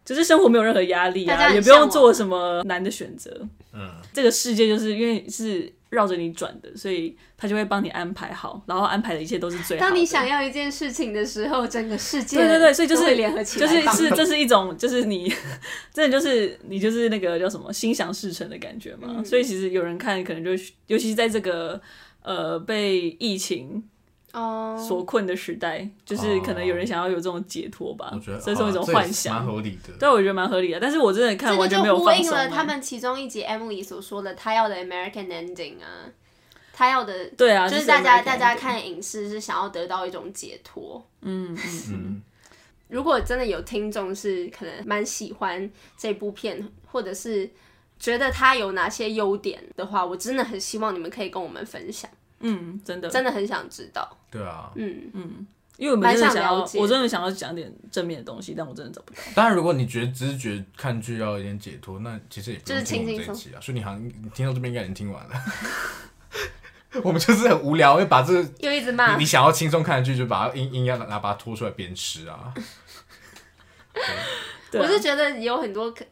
就是生活没有任何压力大家啊，很也不向用往做什么难的选择。嗯，这个世界就是因为是绕着你转的，所以他就会帮你安排好，然后安排的一切都是最好的。当你想要一件事情的时候，整个世界对对对，所以就都会是联合起就来是吧，是这是一种就是你 真的就是你就是那个叫什么心想事成的感觉嘛。嗯所以其实有人看可能就尤其是在这个呃被疫情哦，所困的时代，就是可能有人想要有这种解脱吧，哦我觉得这是一种好幻啊这也蛮想。合理的。对，我觉得蛮合理的，但是我真的看这个完全就没有呼放应松欸。了他们其中一集 Emily 所说的她要的 American ending 啊，她要的对啊，就是大家 American 大家 Idol 看影视是想要得到一种解脱。嗯，嗯嗯，如果真的有听众是可能蛮喜欢这部片，或者是觉得它有哪些优点的话，我真的很希望你们可以跟我们分享，嗯，真的真的很想知道。对啊。嗯，因为我们真的蛮想想要了，解我真的想要讲点正面的东西，但我真的找不到。当然，如果你觉得只是觉得看剧要有一点解脱，那其实也不用听我们这一集啊。所以你好像你听到这边应该已经听完了。 我们就是很无聊，会把这你又一 直骂你，想要轻松看的剧，就把它硬硬要拿把它拖出来边吃啊。对啊我是觉得有很多可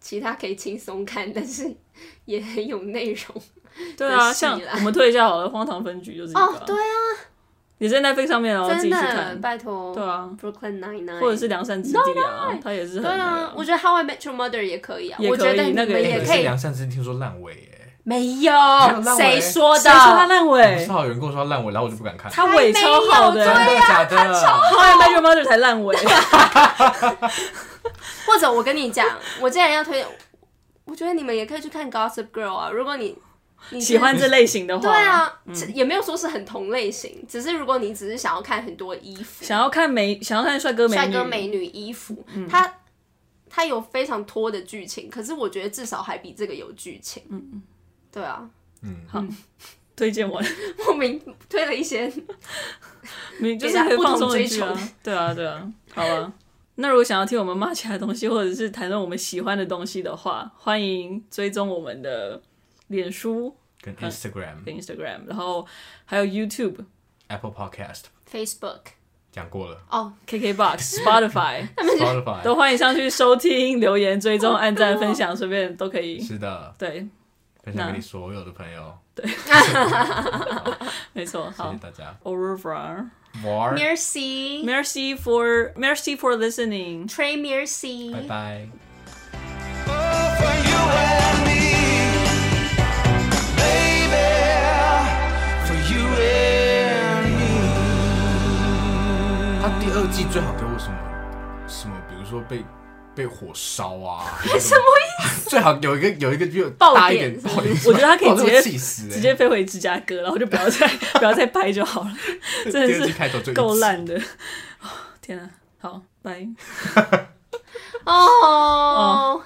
其他可以轻松看，但是也很有内容。对啊，的戏啦像我们推一下好了，《荒唐分局》就是一个哦啊，，对啊，也在 Netflix 上面哦，自真己去的，看。拜托，对啊 Brooklyn Nine Nine，或者是《梁山之地》啊，它也是很对那啊个，我觉得 How I Met Your Mother 也可以啊，也我可以觉得你那们个哎也可也可是以，梁善之听说烂尾哎、没 有有烂尾谁说的？谁说他烂不是尾？好有人跟我说他烂尾，然后我就不敢看。他尾超好的，还真没《有的假的？后来 Magic Mother》才烂尾。啊或者我跟你讲，我既然要推，我觉得你们也可以去看《Gossip Girl》啊。如果你你喜欢觉这嗯类型的得话，对，啊，这也没有说是很同类型，只是如果你只是想要看很多衣服，想要看美，想要看帅哥美女，嗯帅哥美女衣服，它它有非常拖的剧情，可是我觉得至少还比这个有剧情。嗯嗯，对啊，嗯，推荐我，莫名推了一些，你就给是大家可以不同放松的追剧求啊。 对啊，对啊，好啊。那如果想要听我们骂其他东西，或者是谈论我们喜欢的东西的话，欢迎追踪我们的脸书跟 Instagram、跟 Instagram，然后还有 YouTube、 Apple Podcast Facebook 讲过了哦， KKBox、Spotify。都，Spotify 欢迎上去收听、留言、追踪、按哦赞、分享，随便都可以。是的，对，分享那给你所有的朋友，没错。谢好谢大家。 ，au revoir。玩 m e 儿， r c y Merci for merci for listening. Trey m e r c y 拜拜。 for you and me, baby, for you and me. 他啊第二季最好给我什么？什么？比如说被被火烧 啊？什么意思？最好有一个有一个就爆点大一点是不是爆点。我觉得他可以哇直这接会气死欸直接飞回芝加哥，然后就不要 再不要再拍就好了，真的第二季是开头就一够集烂的。哦天啊，好，拜。哦哦，